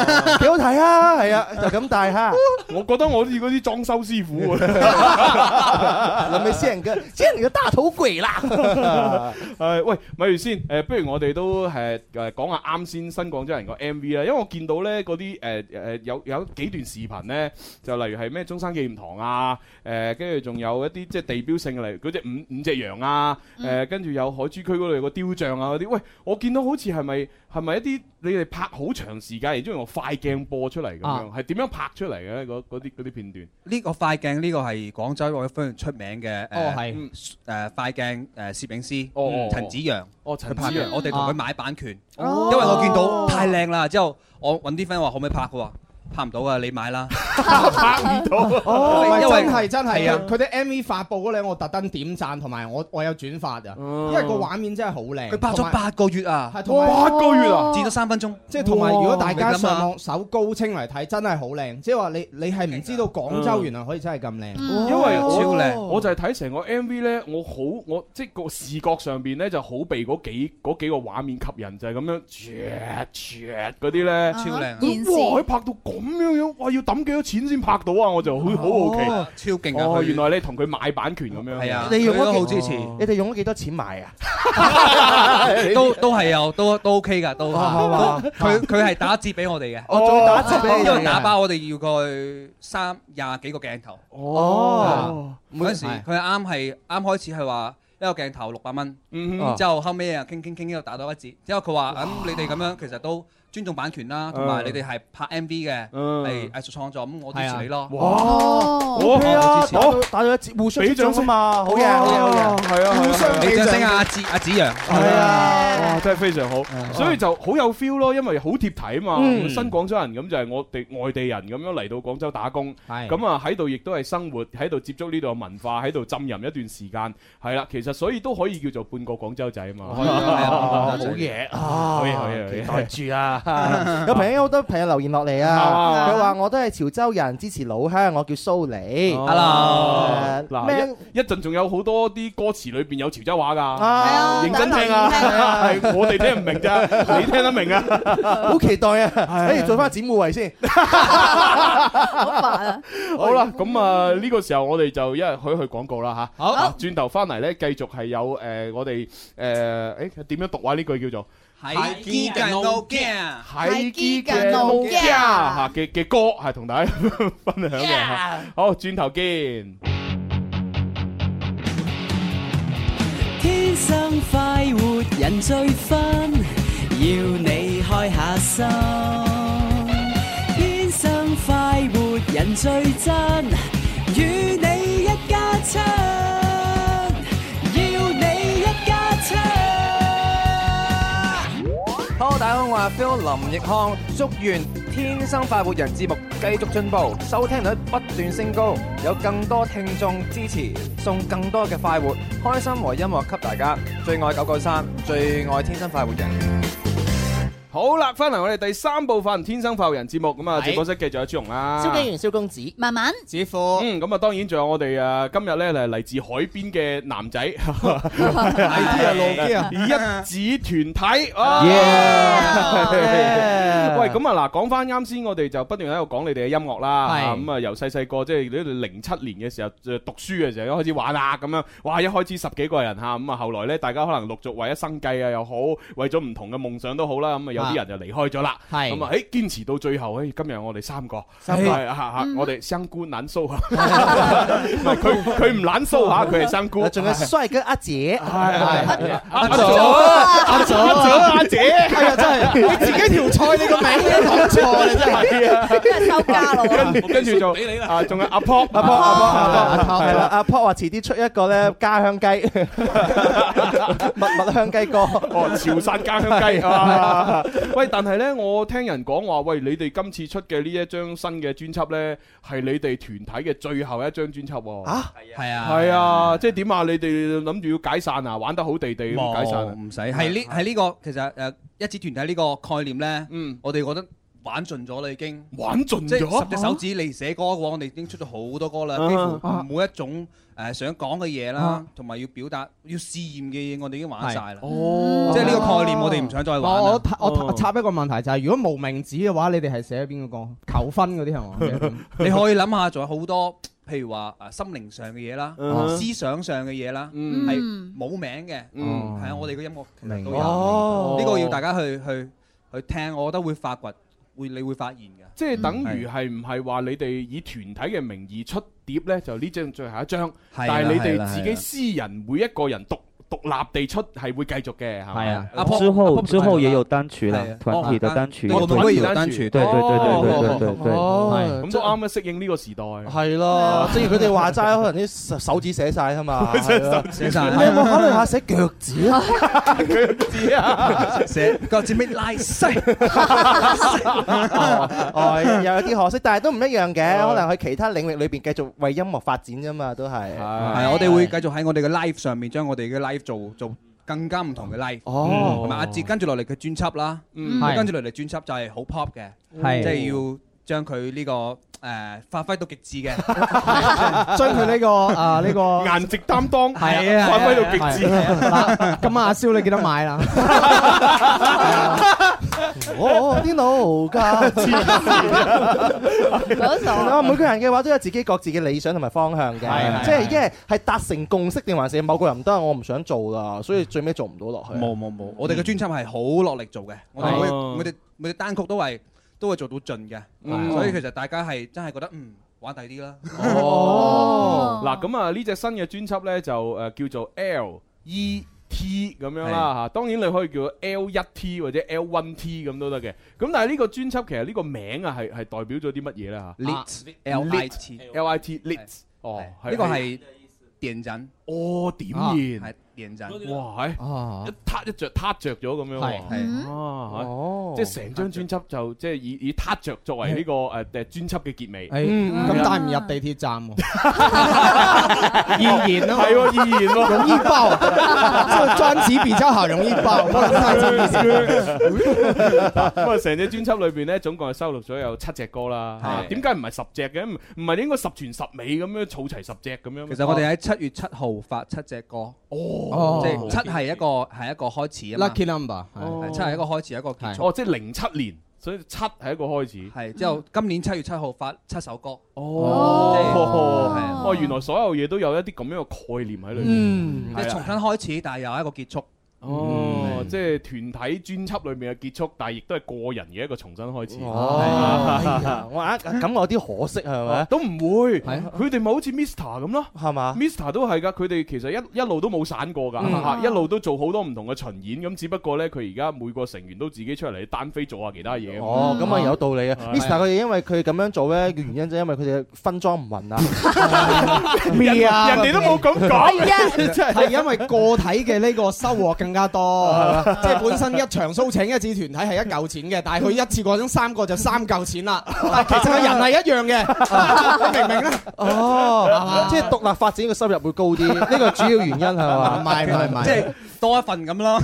好睇啊！係啊，就咁戴哈。
我覺得我好似嗰啲裝修師傅啊。
<laughs> 諗起先人嘅，先人嘅大肚攰
啊
啦。
<laughs> 誒哎喂，咪住先，呃誒不如我哋都誒誒講下啱先新廣州人個 MV 啦，因為我見到咧嗰啲誒誒有有幾段視頻咧，就例如係咩中山紀念堂啊，誒跟住仲有一啲即係地標性嘅，例如嗰只五五隻羊啊，誒跟住有海珠區嗰度有個雕像啊嗰啲，喂，我見到好似係咪係咪一啲你哋拍好長時間，然之後用快鏡播出嚟咁樣，係點樣拍出嚟嘅咧？嗰嗰啲嗰啲片段？
呢個快鏡呢個係廣州我非常出名嘅
哦
誒
係
嗯誒快鏡誒攝影師
哦哦
陳子陽，
哦陳
佢
子
拍
陽
我哋同
啊
佢買版權，因為
哦
我見到太靚啦，之後我揾啲 friend 話可唔可以拍，佢話拍唔到啊，你買啦，
拍唔到
哦，
因為
真係真係
係啊
佢佢啲 MV 發布嗰咧，我特登點贊，同埋我我有轉發啊，因為個畫面真係好靚。
佢拍
同
咗
埋
八個月啊，
係同埋啊
剪咗三分鐘，
即係同埋，如果大
哇
家
你諗下
上網搜高清嚟睇，真係好靚。即係話你你係唔知道廣州原來可以真係咁靚，
嗯
因為
哦
我我就係睇成個 MV 呢，我好我即係個視覺上邊呢就好被嗰幾嗰幾個畫面吸引，就係咁樣唰唰嗰啲
啊
呢，
超靚啊
咁哇！佢拍到咁樣樣，哇！要抌幾多錢先拍到啊？我
哦
就好好好
奇，超勁啊
哦，
佢
原來你同佢買版權咁樣，係
啊
你用咗幾
哦
你哋用咗幾多錢買啊？ <laughs>
<laughs> 都都係有，都都 OK 噶，都
哦
佢佢係打折俾我哋嘅，
哦仲要打折俾你哋嘅
因為打包我哋要佢三廿幾個鏡頭。
哦
啊，嗰陣時佢啱係啱開始係話一個鏡頭六百蚊，
嗯
哼
之後後尾啊傾傾傾又打到一折，之後佢話咁你哋咁樣其實都尊重版權啦，同埋
嗯
你哋係拍 MV 嘅，
嗯
係藝術創作，咁我支持你咯。
哇哦
，O K 啊
我，支
打
持
到打到一折，互相尊重啊嘛，好嘢，好嘢，好嘢，
係啊，
互相
俾掌聲啊，
敬
阿子
重
阿子嗯陽。
係啊，哇！真係非常好，所以就好有 feel 咯，因為好貼題啊嘛。
嗯
新廣州人咁就係我哋外地人咁樣嚟到廣州打工，
係
咁啊喺度亦都係生活，喺度接觸呢度嘅文化，喺度浸淫一段時間，係啦。其實所以都可以叫做半個廣州仔啊嘛。
哦
可以啊
好嘢
啊
好嘢好嘢，期
待
住啊 <laughs>
<laughs> 有朋友好多朋友留言落嚟啊，
啊
佢話我都係潮州人，支持老鄉，我叫蘇梨。
Hello，
誒
嗱
呃咩？
一一陣仲有好多啲歌詞裏邊有潮州話㗎，
啊
認真聽啊， <laughs> 係我哋聽唔明咋， <laughs> 你聽得明啊？
<laughs> 好期待啊！不如做翻展護衞先。
好啦，咁啊呢個時候我哋就一係去一去廣告啦吓。好，轉頭翻嚟咧，繼續係有诶我哋诶誒點樣讀啊？呢句叫做
喺堅嘅路鏡，
喺
堅
嚇嘅嘅歌，係同大家 <laughs> 分享嘅嚇。好，轉頭見。
天生快活人最 fun，要你開下心。天生快活人最真，與你一家親，要你一家親。
Hello，大家好，我係 Phil 林奕康，祝願《天生快活人》節目繼續進步，收聽率不斷升高，有更多聽眾支持，送更多嘅快活、開心和音樂給大家。最愛九九三，最愛天生快活人。
好啦，翻嚟我哋第三部分《天生快活人》節目咁啊，直播室繼續有朱紅啦，
蕭敬元、蕭公子，
慢慢，
子富，嗯，咁啊，當然仲有我哋誒今日咧係嚟自海邊嘅男仔， <laughs>
係啊
一指團體，哇
Yeah！
喂，咁啊嗱，講翻啱先，我哋就不斷喺度講你哋嘅音樂啦，
係
啊咁啊由細細個即係你哋零七年嘅時候就讀書嘅時候開始玩啊咁樣，哇一開始十幾個人嚇，咁啊後來咧大家可能陸續為咗生計啊又好，為咗唔同嘅夢想都好啦，咁啊有啲人就離開咗啦，
係
咁啊誒堅持到最後，誒今日我哋三個，
三個
係啊啊啊我哋香菇懶蘇啊，唔係佢佢唔懶蘇嚇，佢係香菇，
仲有帥哥阿姐，
係
阿
祖阿祖阿姐，
哎呀真係 <laughs> 你自己條菜你個名都講錯你真係
真係收家咯。跟跟住就啊，仲有阿 Pop 阿 Pop
阿 Pop 係啊啦，阿 Pop 話遲啲出一個咧家鄉雞， <laughs> 蜜蜜香雞歌，
哦潮汕家 <laughs> 鄉雞啊！喂，但係咧，我聽人講話，喂，你哋今次出嘅呢一張新嘅專輯咧，係你哋團體嘅最後一張專輯喎。啊，
係啊，
係啊，即係點啊？你哋諗住要解散啊？玩得好地地咁解散啊？
冇唔使，係呢係呢個其實誒一指團體呢個概念咧，
嗯
我哋覺得。玩盡咗啦，已經
玩盡咗
即係十隻手指你寫歌嘅話，我哋已經出咗好多歌啦，
啊
幾乎每一種誒呃想講嘅嘢啦
啊，
同埋要表達、要試驗嘅嘢，我哋已經玩晒啦。
哦
即係呢個概念，我哋
<laughs>
唔想再玩啦。
我我我插一個問題就係，如果無名指嘅話，你哋係寫邊個歌？求婚嗰啲係嘛？
你可以諗下，仲有好多，譬如話誒心靈上嘅嘢啦
嗯，
思想上嘅嘢啦，
嗯
係冇名嘅，
嗯
係啊，我哋嘅音樂其實
明
都
白
有，
哦
呢個要大家去去去聽，我覺得會發掘，會你會發現嘅。
即係等於係唔係話你哋以團體嘅名義出碟呢？就呢張最後一張，但
係啦
係你
係
哋
啦係
自
啦
己私人每一個人獨獨立地出係會繼續嘅，係咪？
啊阿
波
之
哎啊阿
后
波
之后也有单曲了
哎呀，
团体的单曲，
哦
对
团体的单曲
对对对对对对对。
哦
咁都啱啊，適應呢個時代。
係咯，正如佢哋話齋，可能啲手手指寫晒啊嘛，
寫
係咯
手指寫晒
你有冇考慮下寫
<laughs>
腳趾啊？
腳趾啊，
寫腳趾尾拉西。
哦，又有啲可惜，但係都唔一樣嘅，可能喺其他領域裏邊繼續為音樂發展啫嘛，都係。
係，我哋會繼續喺我哋嘅 live 上面將我哋嘅 live 做做更加唔同嘅 live。
哦
嗯同埋阿哲跟住落嚟嘅專輯啦，
嗯
咁啊
係
跟住落嚟專輯就係好 pop 嘅，
係
即係要將佢呢個誒發揮到極致嗯嘅， <laughs>
<laughs> 將佢呢個啊呢個
顏值擔當
係啊，
發揮到極致
係啊嗱咁啊，阿蕭你記得買啦。
我啲老家 <laughs>
黐線
嗰
傻
啊，每個人嘅話都有自己各自嘅理想同埋方向
係係
嘅，即係已經係係達成共識定還是某個人唔得，我唔想做啦，所以最尾做唔到落去。
冇冇冇，我哋嘅專輯係好落力做嘅，我哋
哦
每每隻每隻單曲都係都會做到盡嘅，
嗯
所以其實大家係真係覺得嗯玩第啲啦。
哦，嗱咁啊，呢隻新嘅專輯呢，就誒叫做 L E。T 咁樣啦嚇，當然你可以叫 L 一 T 或者 L one T 咁都得嘅。咁但係呢個專輯其實呢個名啊係係代表咗啲乜嘢咧嚇
Lit 啊 L I T
L I T lit 哦，
呢個係電陣，
哦點
啊
燃
係電陣，
哇
啊
係一撻一着撻着咗咁樣
係
喎，
係
哦，即係成張專輯就即係以以撻着作為呢個呃誒誒專輯嘅結尾。
誒哎咁但係唔入地鐵站喎， <laughs> 易燃咯，
係喎易燃喎
容易爆，就專輯比較好容易
<laughs>
爆，不能太真
咁啊，成隻專輯裏邊咧，總共係收錄咗有七隻歌啦。
係
啊點解唔係十隻嘅？唔唔係應該十全十美咁樣儲齊十隻咁樣咩？
<laughs> 其實我哋喺七月七號發七隻歌，
哦
即係七係一個係一個開始啊嘛
lucky number 係
係七係一個開始一個結束，
哦，即係零七年，所以七係一個開始。
係之後今年七月七號發七首歌，即係係啊
哦，哦，原來所有嘢都有一啲咁樣嘅概念喺裏邊。
嗯
即係
係啊
重新開始，但係又係一個結束。嗯
哦，哦，即係團體專輯裏面嘅結束，但係亦都係個人嘅一個重新開始。
哦
係啊
哎呀我啊咁我有啲可惜係咪？
都唔會，佢哋咪好似 Mr 咁咯，
係嘛
？Mr 都係㗎，佢哋其實一一路都冇散過㗎，
嗯
嚇一路都做好多唔同嘅巡演，咁只不過呢，佢而家每個成員都自己出嚟單飛做下其他嘢。嗯
哦，咁啊有道理啊
係
！Mr 佢哋因為佢咁樣做咧，嘅原因就因為佢哋分裝唔勻啊。
咩啊？
人哋都冇咁講係啊
真係係因為個體嘅呢個收穫更加多，即係本身一場 show 請一次團體係一嚿錢嘅，但係佢一次過整三個就三嚿錢啦。但係其實個人係一樣嘅，你明唔啊明咧？
哦，即係獨立發展嘅收入會高啲，呢個主要原因係嘛？
唔係唔係唔係
即係多一份咁咯。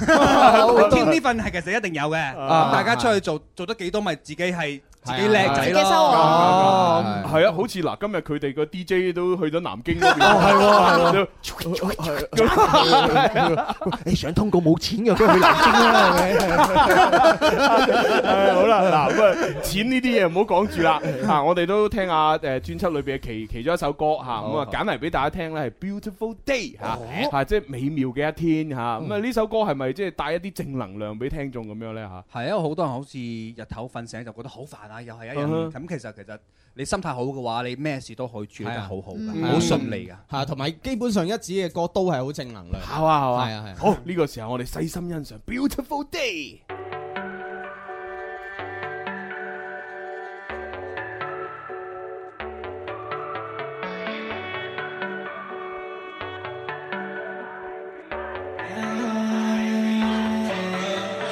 好
添呢份係其實一定有嘅，
啊
大家出去做做得幾多咪自己係自己叻仔咯。
哦，係啊，好似嗱，今日佢哋個 DJ 都去咗南京嗰邊， <laughs>
哦
係喎，係喎。
你想通告冇錢嘅，梗係去南京啦，
<laughs> 唉好啦，
<laughs>
嗱咁啊，錢呢啲嘢唔好講住啦。啊，我哋都聽下誒專輯裏邊嘅其其中一首歌嚇，咁啊揀嚟俾大家聽咧係 Beautiful Day 嚇，嚇即係美妙嘅一天嚇。咁啊呢首歌係咪即係帶一啲正能量俾聽眾咁樣咧嚇？
係啊，好多人好似日頭瞓醒就覺得好煩啊，又係一日。
嗯哼
咁其實其實你心態好嘅話，你咩事都可以處理得好好
係
㗎，
啊
好順利㗎。
係啊，同埋基本上一指嘅歌都係好正能量。
好啊好啊，
係啊係啊。
好呢個時候我哋細心欣賞 Beautiful Day。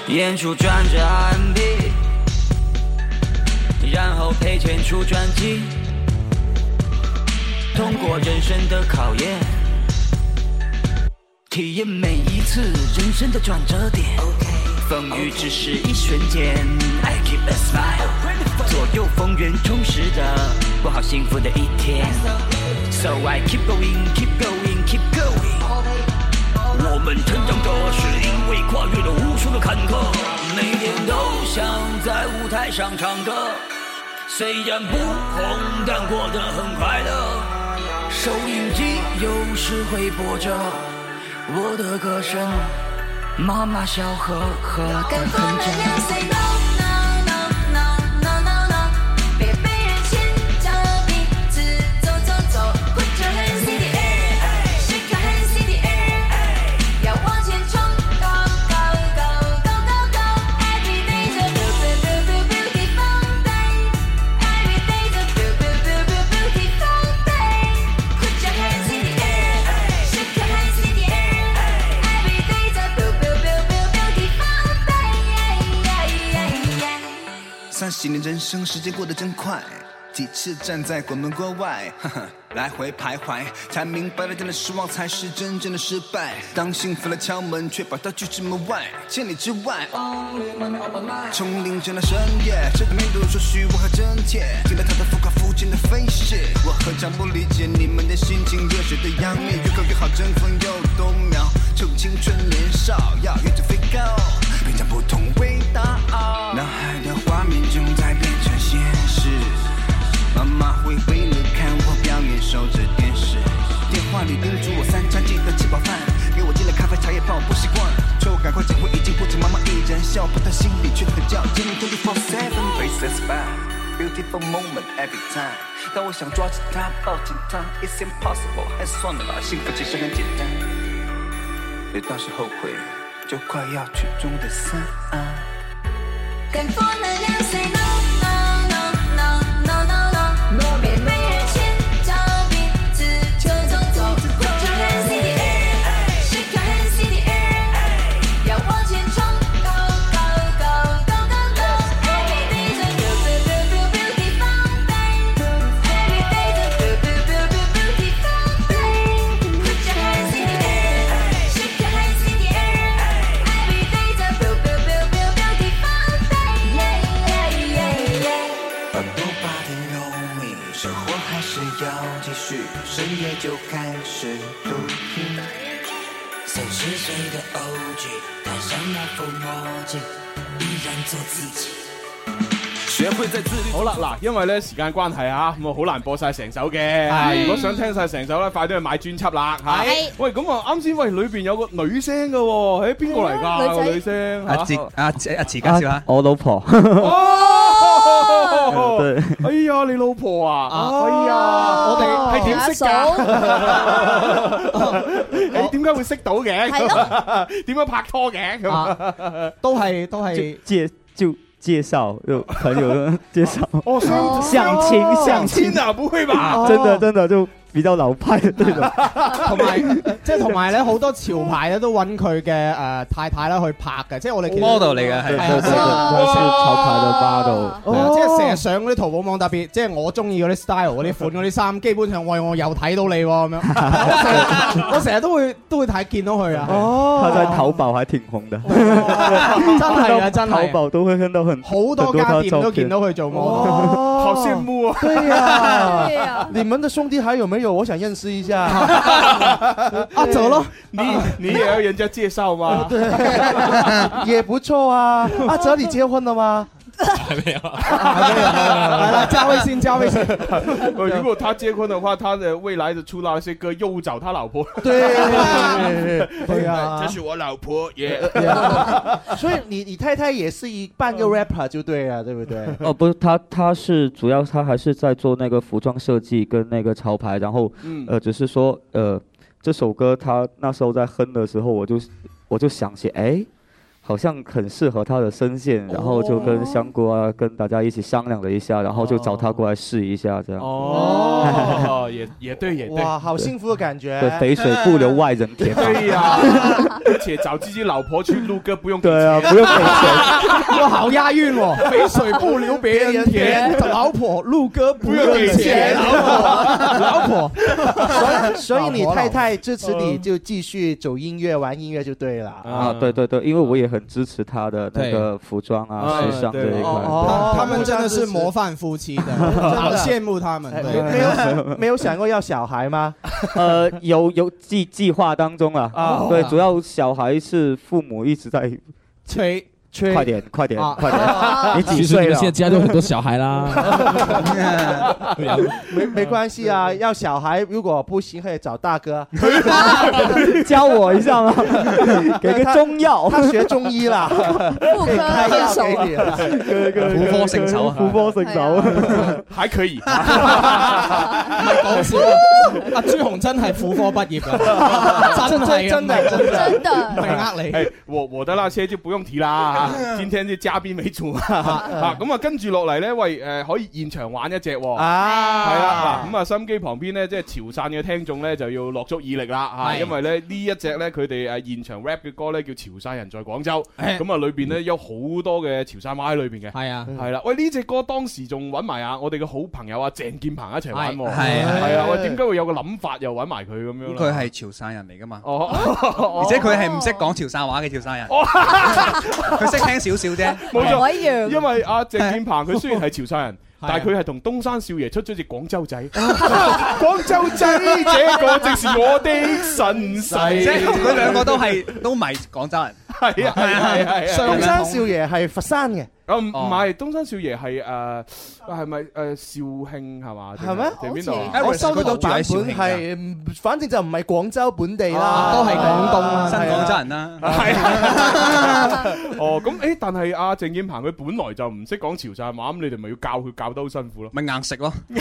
演出转着 RMB，然后赔钱出专辑，通过人生的考验，体验每一次人生的转折点。风雨只是一瞬间，I keep a smile，左右逢源充实的过好幸福的一天。So I keep going, keep going, keep going。我们成长着，是因为跨越了无数的坎坷，每天都想在舞台上唱歌，虽然不红，但过得很快乐。收音机有时会播着我的歌声，妈妈笑呵呵的哼着。
Say no no no no no no no，别被人牵着鼻子走走走，Put your hands in the air，Shake your hands in the air，要往前冲，Go go go go go go，Every day's a beautiful beautiful day，Every day's a beautiful beautiful day，Put your hands in the air，Shake your hands in the air，Every day's a beautiful beautiful day。
三十年人生，时间过得真快，几次站在国门关外，哈哈，来回徘徊，才明白了，真的失望才是真正的失败。当幸福来敲门，却把它拒之门外，千里之外。从凌晨到深夜，谁的面都说虚妄和真切，听到他的浮夸肤浅的飞絮，我何尝不理解你们的心情？热血的洋溢，越高越好，争锋又多秒，趁青春年少，要越级飞高，品尝不同味道。脑海的画面正在变成现实，妈妈会为了看我表演守着电视，电话里叮嘱我三餐记得吃饱饭，给我寄了咖啡茶叶，怕我不习惯，催我赶快减肥，已经不止妈妈一人笑，不但心里却很较劲。24 7 faces back。Beautiful moment every time。当我想抓住它，抱紧它，It's impossible，还是算了吧，幸福其实很简单。你倒是后悔，就快要曲终的散。
赶风的鸟 say no no no no no no no，别被人牵着鼻子走走走，Put your hands in the air，Shake your hands in the air，要往前冲，Go go go go go go，Every day's a beautiful beautiful day，Every day's a beautiful beautiful day，Put your hands in the air，Shake your hands in the air，Every day's a beautiful beautiful day，yeah yeah yeah。
But nobody know me，生活还是要继续，深夜就开始录音。
三十岁的 OG，戴上那副墨镜，依然做自己。
学会在自律。
好啦，嗱，因為咧時間關係啊，咁啊好難播晒成首嘅。
係
如果想聽晒成首咧，快啲去買專輯啦嚇
係。
喂，咁啊啱先，喂裏邊有個女聲嘅喎，誒邊個嚟
係
㗎？
啊
個
女
女聲
阿
嚇
哲阿哲阿哲介紹下，
我老婆。
哦
對
哎呀，你老婆啊！哎呀，
我哋
係點識㗎？ <laughs> 誒點解會識到嘅？
係
咯， <laughs> 點解拍拖嘅？咁
都係都係。
介就介绍有朋友 <laughs> 介绍
哦相
相亲
哦
相亲
啊，不会吧
真的真的就比较老派的那种。
同埋即係同埋咧，好多潮牌咧都揾佢嘅誒太太啦去拍嘅，即係我哋見到
Model 嚟嘅係
係啊
对对对，他是潮牌的 model。
哦
係啊即係成日上嗰啲淘寶網，特別即係我中意嗰啲 style 嗰啲款嗰啲衫，基本上喂我又睇到你喎咁樣，我成日我成日都會都會睇見到佢啊，
他
哦
在淘宝还挺红的，
真係啊真
淘
係啊。
宝都会看到很
好多家店都見到佢做 model，
好羡慕啊！
哦对
对
呀
呀，
你们的兄弟还有没有？我想认识一
<laughs>
下。啊，
走了，
<laughs> 你你也要人家介紹嘛？
<laughs> 也不错
<laughs>
啊。阿哲，你结婚了吗？
係啦，加微信加微信。
呃如果他结婚的话，他的未来的出那些歌又找他老婆。
对对啊
这是我老婆耶。
所以你你太太也是一半
嗯
个 rapper 就对了，对不对？
哦，不是，他他是主要他还是在做那个服装设计跟那个潮牌，然后、
嗯
呃，只是说呃这首歌他那时候在哼的时候，我就我就想起哎。好像很适合他的声线，然后就
哦
跟香菇啊，跟大家一起商量了一下，然后就找他过来试一下，这样。
哦，也也对，也对。
哇，好幸福的感觉。
对，肥水不流外人
<laughs>
田。
对呀，而且找自己老婆去录歌不用给
对啊，
钱
不用给钱。
哇，好押韵喎！肥水不流别人田，老婆录歌不用给
<laughs>
钱，老婆，
所以所以你
老婆
太太支持你就继续走音乐玩音乐就对了。
啊，对对对，因为我也很支持他的那个服装啊、
嗯对
时尚这一块。
哦
他们真的是模范夫妻的，好羡慕他们。
没没有没有想过要小孩吗？
<laughs> 呃，有有计计划当中啊，
啊
对，主要小孩是父母一直在
催
催
快点快点
啊
快点，你
其
几
实你
岁
们
了？
现在家都很多小孩啦，
没没关系啊，要小孩如果不行可以找大哥，
教我一下吗？给个中药，
他学中医啦，
妇科啊高手
给你啊了。
妇
科聖手啊
妇科圣手。
还可以。
唔係講
<laughs>
笑， <laughs> 阿朱紅真係婦科畢
<laughs>
業噶，真係
真的真的
真的，唔係呃你。
哎，我我的那些就不用提
<laughs>
啦，嚇今天就嘉賓為主啊，咁啊跟住落嚟呢，喂誒可以現場玩一隻喎，係
啊
啦，嗱咁啊心機旁邊呢，即係潮汕嘅聽眾呢，就要落足意力啦嚇，
係
因為咧呢一隻呢，佢哋誒現場 rap 嘅歌呢，叫《潮汕人在廣州》，咁啊裏邊呢，有好多嘅潮汕話喺裏邊嘅，
係啊
係啦，喂呢只歌當時仲揾埋啊我哋嘅好朋友啊鄭建鵬一齊玩喎，
係係係
係啊，喂點解會有個諗法又揾埋佢咁樣呢
佢係潮汕人嚟噶嘛，
哦
而且佢係唔識講潮汕話嘅潮汕人，佢識聽少少啫，
<laughs> 冇
同我
錯，
一樣
因為阿鄭建鵬佢雖然係潮汕
<laughs>
人。但係佢係同東山少爺出咗隻廣州仔，廣州仔，這個正是我的身世。
<laughs> 即係佢兩個都係都唔係廣州人，
<laughs> 係
<laughs>
啊係啊係啊係啊
上山少爺係佛山嘅，
啊，唔唔係東山少爺係誒係咪誒肇慶係嘛？定
係咩？
定邊度啊？
我收到
佢都住喺
版
肇
本
慶㗎
係唔，反正就唔係廣州本地啦，
啊都係廣東啦
新廣州
人。
人啦，
啊哦，咁誒，但係阿鄭建鵬佢本來就唔識講潮汕話，咁你哋咪要教佢教得好辛苦咯。
咪硬食咯，
<laughs> 硬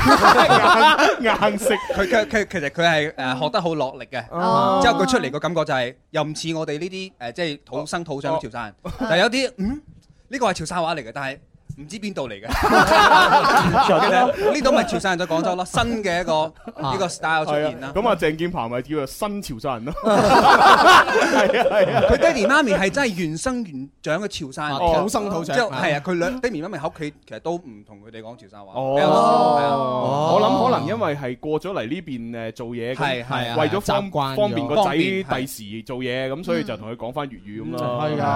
硬食。嗯
佢佢佢其實佢係誒學得好落力嘅，
哦
之後佢出嚟個感覺就係又唔似我哋呢啲呃誒即係土生土
哦
長嘅潮汕人，但係有啲嗯呢個係潮汕話嚟嘅，但係。唔知
<laughs>
邊度嚟嘅，其實呢度咪潮汕人在廣州咯，新嘅一個呢個 style 出
係
現
啊
啦，。 <laughs>
咁啊，啊鄭建鵬咪叫做新潮汕人咯。
佢爹哋媽咪
哦
係真係原生原長嘅潮汕
哦
人，
土生土長
即係係啊，佢兩爹哋媽咪喺屋企其實都唔同佢哋講潮汕話。比較少係啊
哦，我諗可能因為係過咗嚟呢邊誒做嘢，
係係
係
啊
為咗
習
方
慣咗
方便個仔
方便係嗯
第時做嘢，咁所以就同佢講翻粵語咁咯。
係
啊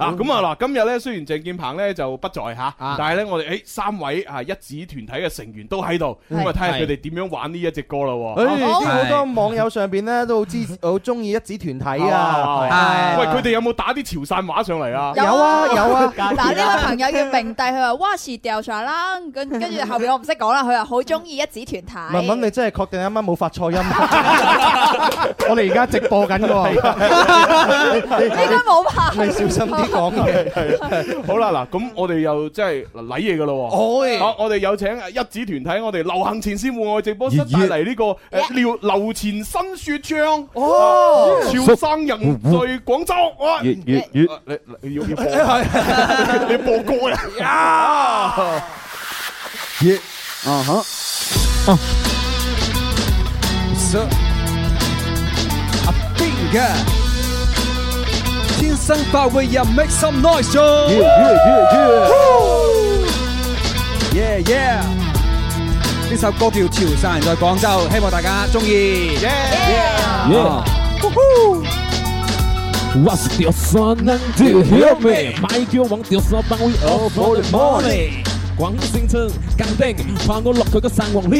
啊，
咁啊嗱，今日咧雖然鄭建鵬咧就不在嚇，吓，但係咧我哋诶三位啊一指團體嘅成員都喺度，咁啊睇下佢哋點樣玩呢一隻歌啦喎。
誒啲哎好多網友上邊咧都好支好中意一指團體
哦
啊，
啊
係
喂，佢哋有冇打啲潮汕話上嚟啊？
有啊
<laughs>
<laughs>
有啊
嗱，呢位朋友叫明帝，佢話哇是掉上啦，跟跟住後面我唔識講啦，佢話好中意一指團體。
文文你真係確定啱啱冇發錯音？
我哋而家直播
<laughs>
緊喎，
<laughs> 應該冇
<laughs>
吧？
你小
啊
心啲講嘢。
好啦，嗱，咁我哋又真係禮嘢噶咯
哦
喎。
好，啊我哋有請一指團體，我哋流行前線戶外直播室帶嚟呢個誒流流前新說唱。
哦
潮生人在廣州。哇
啊
粵粵粵
呃你你要要
<laughs>
播，你播歌啊啦。呀！
耶，
啊哈，
哦，so
阿 Bing 嘅天生快活人，make some noise 哟！耶耶！呢首歌叫《潮汕人在廣州》，希望大家中意。
Yeah. What's this on and do you hear me? My girl wants this on but we all for the money. 廣星春更定，放我落佢個散黃呢，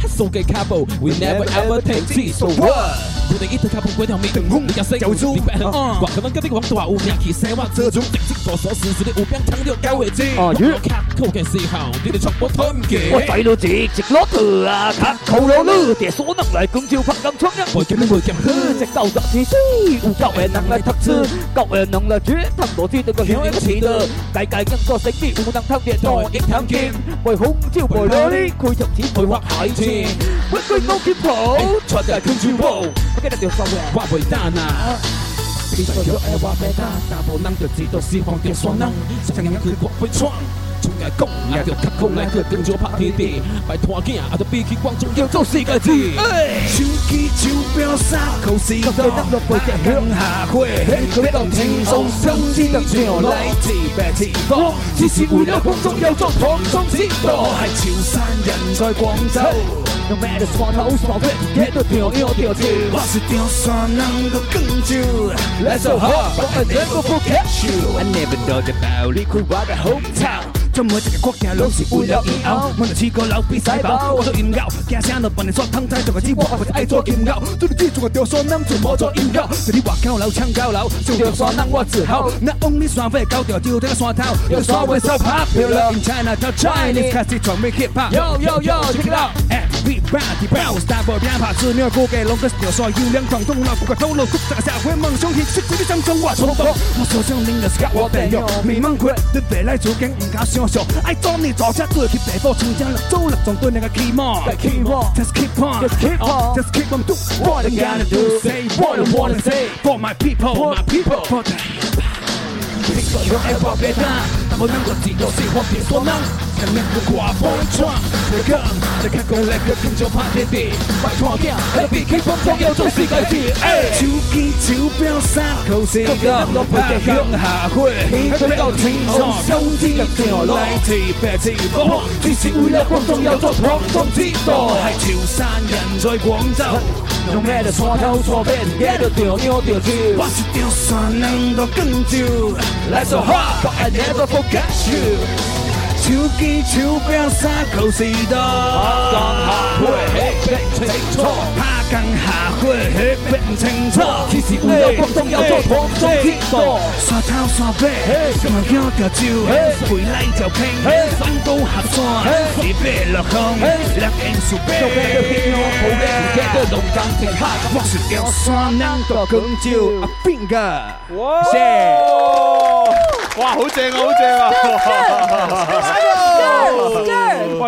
黑數嘅 couple，we never ever 停止。So what？我哋一對 couple 鬼頭面，同空有聲，有中，你白很昂，掛咁樣跟啲廣東話污名，其實話這種直接我所試試啲污名，ทั้ง啲狗為之。
哦咦
卡扣嘅時候，你哋從我推唔嘅。
我睇到直直落去啊，卡扣了了，爹所能来更就放咁冲啊！
我根本冇咁
喝，直到十几岁，有教人能来特吃，教人能来煮，他们知道个晓得起得，大家更多醒啲，无能偷嘢多，亦贪见，为红招为攞呢，佢就只配畫海天，揾佢屋企抱，出嚟佢住鋪，我記得條數嘅，
話為單
Ờ.
啊！其實有愛話俾單，但無能就知道釋放掉所能，曾經佢過去闖。衝嘅攻，壓掉吸空嚟，佢跟咗拍天地，拜托阿堅啊，就必須光中要做世界字。
手機手錶三扣四多，更下跪，佢當輕鬆，心知得潮來自別地方，只是回到空中有作旁中之道，係潮汕人在廣州。No matter what house or bed，一都跳一跳跳，我是跳山能夠更久，Let's go hard，我 never forget you。
I never know about it，佢話嘅 hometown。
这么这个国家流行无聊硬熬，梦想起个老比赛宝，我做硬咬，家乡的把你说汤菜做个鸡窝，我就爱做硬咬，做你记住我屌说能怎么做硬咬，这里话高楼枪高楼，就屌说能我自豪，那 only 双飞高调就这个双套，有双位手 popular in China 叫 Chinese，开始传媒 hip hop，yo yo yo，check it out。Everybody bounce，大步边爬，只鸟过给龙哥鸟说，有两广东老古个头颅，古这个社会梦想，现实这个将中华冲动。我手上拎的是我的肉，迷茫困，对未来处境唔敢想象。爱当你坐车对去地方，成长立足立壮对你嘅期望。Just keep on, just keep on, just keep on do what I gotta do, say what I wanna say for my people, for my people, for the people you ever been on。那么能够自由是我别所能，能能不挂风窗。你看，你看过来个听就怕天地，拜托呀，Happy keep on 风要做世界第一。手机手表三口四个，我不得向下跪，你到天上，收支入跳来自别自我，只是为了观众要做广东之道，系潮汕人在廣州。用咩就錯偷錯邊，一度掉尿掉住。我是掉上能到更照，來首 hard，but I never forget you。手機手錶三球時代，更下悔，吃不清楚，怕更下悔，吃不清楚。其實我有廣東有做廣東之道，傻偷傻啤，今日我掉照，回嚟就傾，心高合作，你別落空，兩件事啤，好嘅，而家都龍。感情黑，莫說有山能到廣州，阿邊個？哇！
哇，好正啊，好正啊！喂，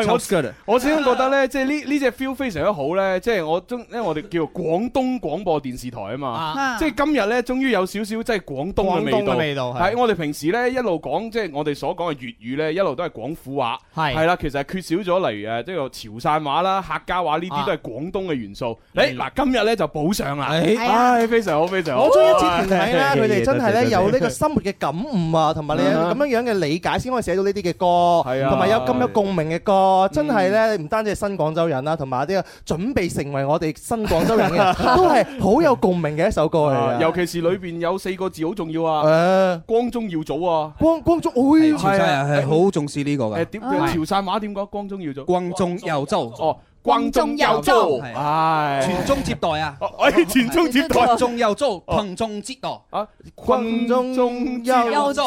我
Sounds good
我始終覺得咧，即係呢呢只 feel 非常之好咧，即係我中，因為我哋叫做廣東廣播電視台啊嘛
啊，
即係今日咧，終於有少少即係廣東嘅味
廣東
道。
嘅味道係
係我哋平時咧一路講，即係我哋所講嘅粵語咧，一路都係廣府話，
係
係啦，其實係缺少咗例如誒，即係潮汕話啦、客家話呢啲都係廣東嘅元素。誒嗱，今日咧就補上啦，
係啊
唉，非常好，非常好。
我中意一支團體咧，
唉 <laughs>
佢哋真係咧有呢
多
個
謝多謝
生活嘅感悟啊，同同埋你有咁樣樣嘅理解先可以寫到呢啲嘅歌，
啊
同埋有咁有共鳴嘅歌，真係咧唔單止係新廣州人啦，同埋啲準備成為我哋新廣州人
<laughs>
嘅人都係好有共鳴嘅一首歌嚟
啊
嘅。 <laughs>
尤其是裏邊有四個字好重要啊
誒，
光宗耀祖啊！
光光宗，哎
潮汕人係好重視呢個
誒
㗎。
點
係
潮汕話點講？光宗耀祖，
光宗耀祖
哦，光宗耀祖，
係
唉，
傳宗接代啊！
Ờ,
哎，傳宗接代，
光宗耀祖，群眾接代
Ờ,
啊！
群
眾
耀祖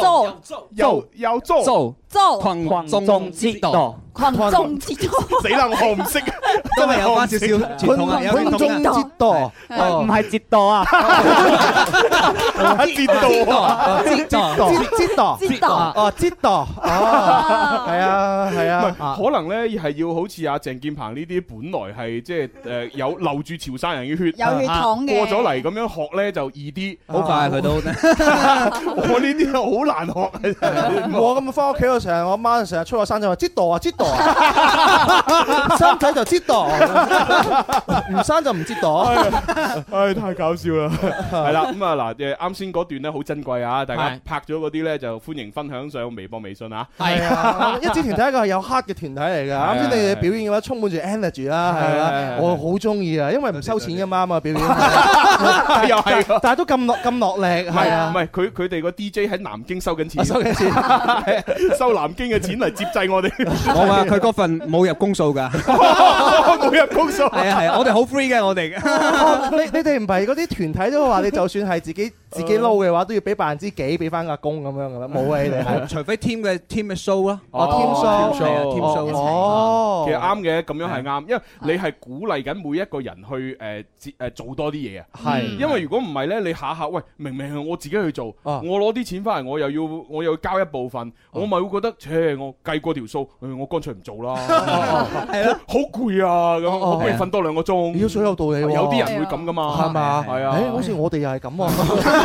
又又祖
祖
祖
群眾接代，
群眾接代，
死啦！我唔識，
真係有關少少傳統啊，有
觀
傳
眾
統啊
折墮，
哦
哎唔係折墮啊，
折墮
啊，折
墮
折
折
墮，
墮
哦，折墮，
<laughs>
哦，係啊，係啊，
可能咧係要好似阿鄭建鵬呢啲，本來係即係誒有流住潮汕人嘅血，啊
有血統嘅
過咗嚟咁樣學咧就易啲，
好快
<laughs>
佢
<laughs>
都。
我呢啲好難學
<laughs> 我咁翻屋企嗰時候，我媽成日催我生仔話：折墮啊，折
<laughs>
墮啊，生仔就折墮，唔生就唔折墮。
唉，太搞笑啦！係啦，咁啊嗱，誒啱先嗰段咧好珍貴啊，大家
係
拍咗嗰啲咧就歡迎分享上微博、微信啊。
係
<laughs>
啊，一支團體係一個係有 heart 嘅團體嚟㗎。啱先你哋表演嘅話，充滿住 energy 啦，係
係
啊，
係係
我好中意啊，因為唔收錢㗎嘛嘛表演，
<laughs> 又係喎
但係都咁落咁落力，
唔
係
係唔
啊，
係，佢佢哋個 DJ 喺南京收緊錢，
<laughs> 收緊
錢， <laughs> 收南京嘅錢嚟接濟
<laughs>
我哋。 <laughs>
我話佢嗰份冇入公數㗎，
冇入公數。
係啊係啊，我哋好 free 嘅，我哋
哦你你哋唔係嗰啲團體都話你就算係自己自
哦
己撈嘅話，都要俾百分之幾俾翻個工咁樣
<laughs>
㗎啦，冇啊你哋係。
除非 team 嘅 team 嘅 show 啦，
哦，team Ờ, show Ờ.
係啊，team show Ờ.
哦
其
à,
實啱嘅，咁樣係啱，因為你係鼓勵緊每一個人去誒接誒做多啲嘢啊。
係
因為如果唔係咧，你下下喂明明係我自己去做，我攞啲錢翻嚟，我又要我又要交一部分，我咪會覺得，切我計過條數，誒我乾脆唔做啦，係啦，好攰啊咁，我不如瞓多兩個鐘。
要水有道理喎，
有啲人會咁噶嘛，
係嘛？
係啊
誒，好似我哋又係咁喎。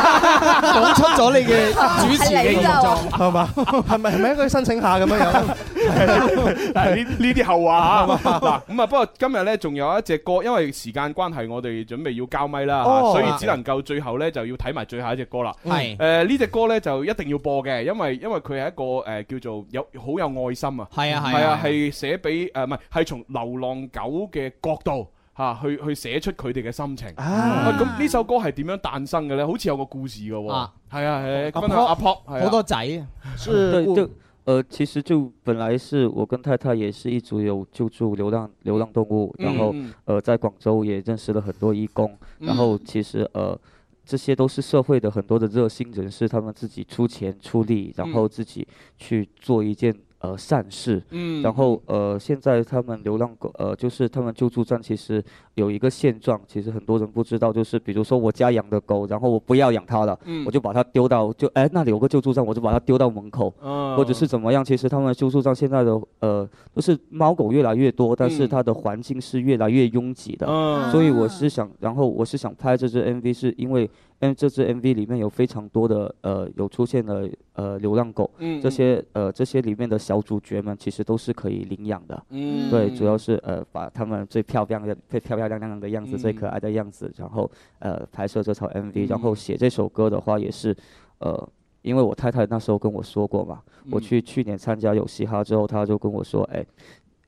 <laughs> 講出咗你嘅主持嘅現狀。
係嘛？係咪係咪應該申請下咁樣樣？
<laughs> 嗱呢
<laughs>
呢啲後話嚇嗱咁啊，不過今日咧仲有一隻歌，因為時間關係，我哋準備要交咪啦，嚇
哦
所以
啊
只能夠最後咧就要睇埋最後一隻歌啦。
係
誒呢只歌咧就一定要播嘅，因為因為佢係一個誒叫做有好有愛心啊，
係啊係啊
係
係
啊
啊
係寫俾誒唔係係從流浪狗嘅角度。嚇，去去寫出佢哋嘅心情。啊咁呢首歌係點樣誕生嘅咧？好似有個故事嘅喎。
啊
係啊係啊，
阿
分享阿
Pop，
Pop 係啊
好多仔啊是
对，
我
就呃，其实就本来是我跟太太也是一直有救助流浪流浪动物，然后、
嗯嗯
呃，在广州也认识了很多义工，然
嗯
后其实呃。这些都是社会的很多的热心人士，他们自己出钱出力，然后
嗯
自己去做一件呃善事。
嗯
然后呃，现在他们流浪狗呃，就是他们救助站其实有一个现状，其实很多人不知道，就是比如说我家养的狗，然后我不要养它了，
嗯
我就把它丢到就哎那里有个救助站，我就把它丢到门口，
嗯
或者是怎么样。其实他们救助站现在的呃，就是猫狗越来越多，但是
嗯
它的环境是越来越拥挤的。
嗯
所以我是想，然后我是想拍这支 MV，是因为嗯这支 MV 里面有非常多的呃有出现了呃流浪狗，
嗯
这些呃这些里面的小主角们其实都是可以领养的。
嗯
对，主要是呃把它们最漂亮的最漂漂亮亮的样
嗯
子、最可爱的样子，然后呃拍摄这套 MV，、然
嗯
后写这首歌的话也是呃。因为我太太那时候跟我说过嘛，我
嗯
去去年参加有嘻哈之后，她就跟我说，哎，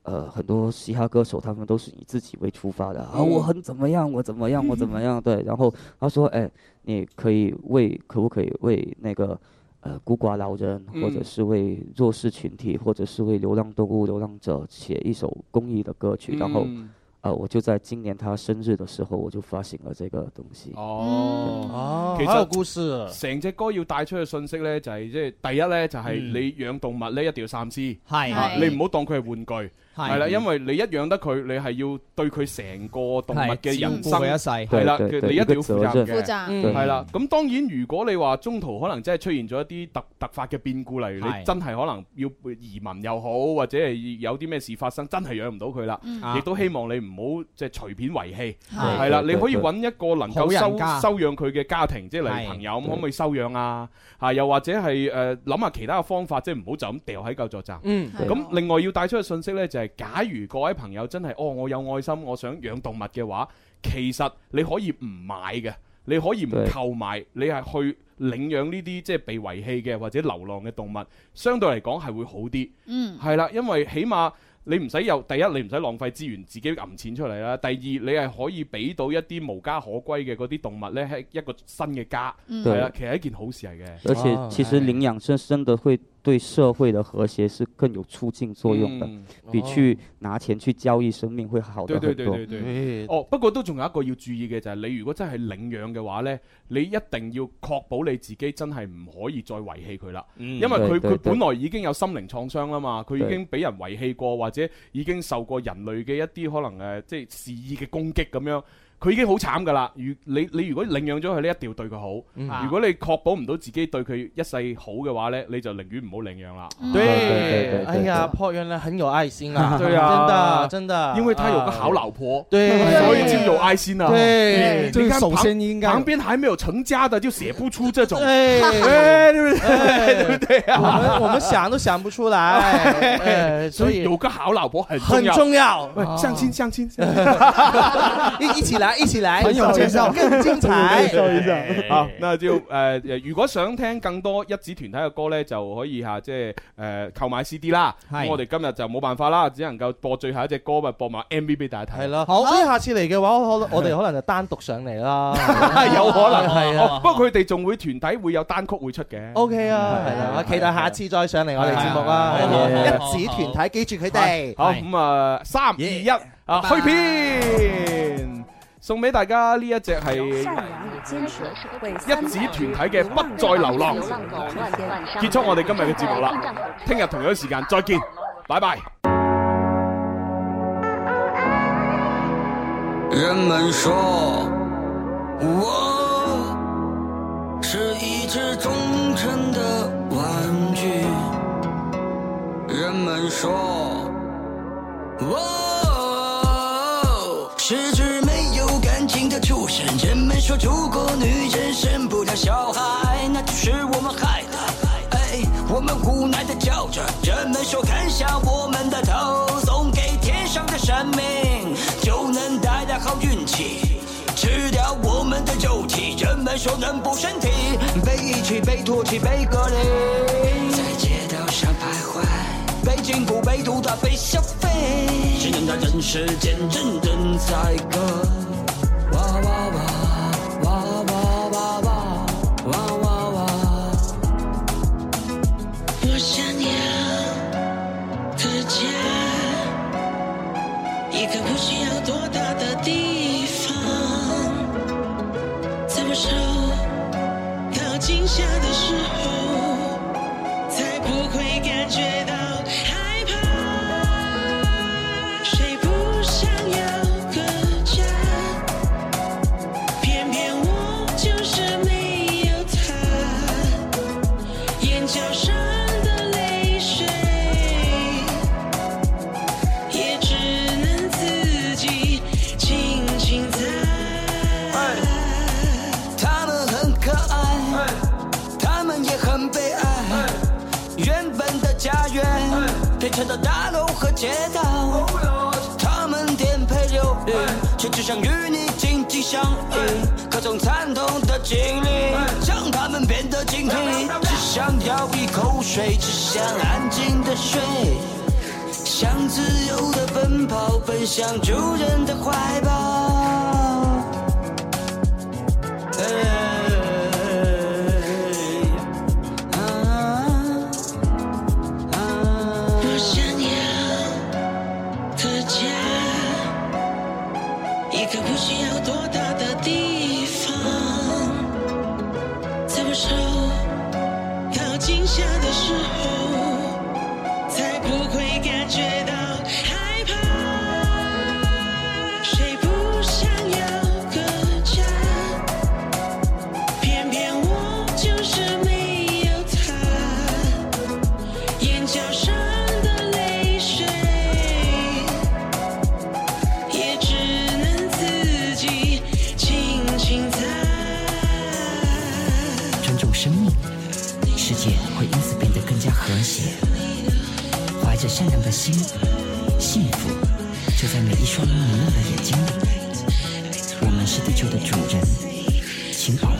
呃，很多嘻哈歌手他们都是以自己为出发的啊，我
嗯
很怎么样，我怎么样，我
<laughs>
怎么样，对。然后他说，哎，你可以为可不可以为那个呃孤寡老人，或者
嗯
是为弱势群体，或者是为流浪动物、流浪者写一首公益的歌曲？然后
嗯，
呃，我就在今年他生日的时候，我就发行了这个东西。
哦，
哦
其
好有
實
故事啊
成隻歌要帶出嘅信息呢，就係即係第一呢，就
嗯
係你養動物呢，一定要三思，
係
à,
啊
係
你唔好當佢係玩具。
係
係啦，因為你一養得佢，你係要對佢成個動物嘅
係
人
照顧佢一世
生係啦，
對對
佢
對
你一定要負
一個
責
責任負責
嘅，
對
係啦。咁當然，如果你話中途可能真係出現咗一啲突突發嘅變故，例如你
係
真係可能要移民又好，或者係有啲咩事發生，真係養唔到佢啦
嗯，
亦都希望你唔好即係隨便遺棄，
係
係啦，你
對對
可以
對
揾一個能
好
夠
人
收
家
收養佢嘅家庭，即係例
係
如朋友咁，
對
可唔可以收養啊？嚇，又或者係誒諗下其他嘅方法，即係唔好就咁掉喺救助站。
嗯係
咁另外要帶出嘅信息呢，就係假如各位朋友真係哦，我有愛心，我想養動物嘅話，其實你可以唔買嘅。你可以唔購買，你係去領養呢啲即係被遺棄嘅或者流浪嘅動物，相對嚟講係會好啲。
嗯
係啦，因為起碼你唔使有第一，你唔使浪費資源自己揞錢出嚟啦。第二，你係可以俾到一啲無家可歸嘅嗰啲動物呢，係一個新嘅家。
嗯
係啦，啊其實係一件好事嚟嘅。啊
而且其
哎
实领养真真的会对社会的和谐是更有促进作用的，
嗯
比
哦
去拿钱去交易生命会好
對
的
對
很
對
多。
對
嗯
對，哦，不過都仲有一個要注意嘅就係，你如果真係領養嘅話呢，你一定要確保你自己真係唔可以再遺棄佢啦，
嗯
因為佢
對對
佢
對
本來已經有心靈創傷啦嘛，佢已經俾人遺棄過，或者已經受過人類嘅一啲可能呃誒，即係肆意嘅攻擊咁樣。佢已經好慘㗎啦！如你你如果領養咗佢，你一定要對佢好。
嗯
如果你確保唔到自己對佢一世好嘅話呢，你就寧願唔好領養啦。
对，嗯哎呀，破原来很有爱心 <laughs>
<laughs>
啊！
对啊
真的真的，啊
因为他有个好老婆，
对，
所以就有爱心啊。
对，
你看
首
旁
先应该
旁边还没有成家的就写不出这种，
<laughs> 哎
哎对不 <laughs> 对？对不对啊？
我们我们想都想不
<laughs>
出来，哎
所
所
以
以
有个好老婆很
很重要。哦
喂，相亲相亲，相亲
<laughs> 一一起来，哎一起来，
朋友介绍
更精 <laughs> 彩。哎
好，那就诶，呃如果想聽更多一子團體嘅歌呢，就可以吓即係呃诶購買 CD 啦。
係
咁我哋今日就冇辦法啦，只能夠播最後一隻歌，咪播埋 MV 俾大家睇。
系咯，所以下次嚟嘅話，我可我哋可能就單獨上嚟
<laughs>
啦，
有可能
<laughs> 係
哦
啊。
不過佢哋仲會團體會有單曲會出嘅。
O K
<laughs>
啊，係啦，我期待下次再上嚟我哋節目啦，
係啊係啊
一子團體，記住佢哋。
好咁啊，三二一啊，
拜拜
開片，送俾大家呢一隻係一子團體嘅《不再流浪》，結束我哋今日嘅節目啦。聽日同樣時間再見，拜拜。
人们说，我是一只忠诚的玩具。人们说，我是只哦没有感情的畜生。人们说，如果女人生不了小孩，那就是我们害的。哎，我们无奈的叫着。人们说，砍下我们的头，送给天上的神明，就能带来好运气。吃掉我们的肉体，人们说能补身体，被遗弃、被唾弃、被隔离，在街道上徘徊，被禁锢、被毒打、被消费，谁能在人世间真正宰割？哇哇哇哇哇哇哇哇哇哇！我想要的家。一个不需要多大的地方，在我受到惊吓的时候，才不会感觉到害怕。谁不想要个家？偏偏我就是没有他，眼角上的泪水。也只能自己轻轻擦。他们很可爱，他们也很悲哀。原本的家园变成了大楼和街道，他们颠沛流离，却只想与你紧紧相依。各种惨痛的经历让他们变得警惕，只想要一口水，只想安静的睡。想自由的奔跑，奔向主人的怀抱。我想要的家，一个不需要多大的地方，在我受到惊吓的时候，才不会感觉到害怕。谁不想要个家？偏偏我就是没有他。眼角上的泪水，也只能自己轻轻擦。
尊重生命，世界会因此变得更加和谐。怀着善良的心，幸福就在每一双明亮的眼睛里。我们是地球的主人，请
情好。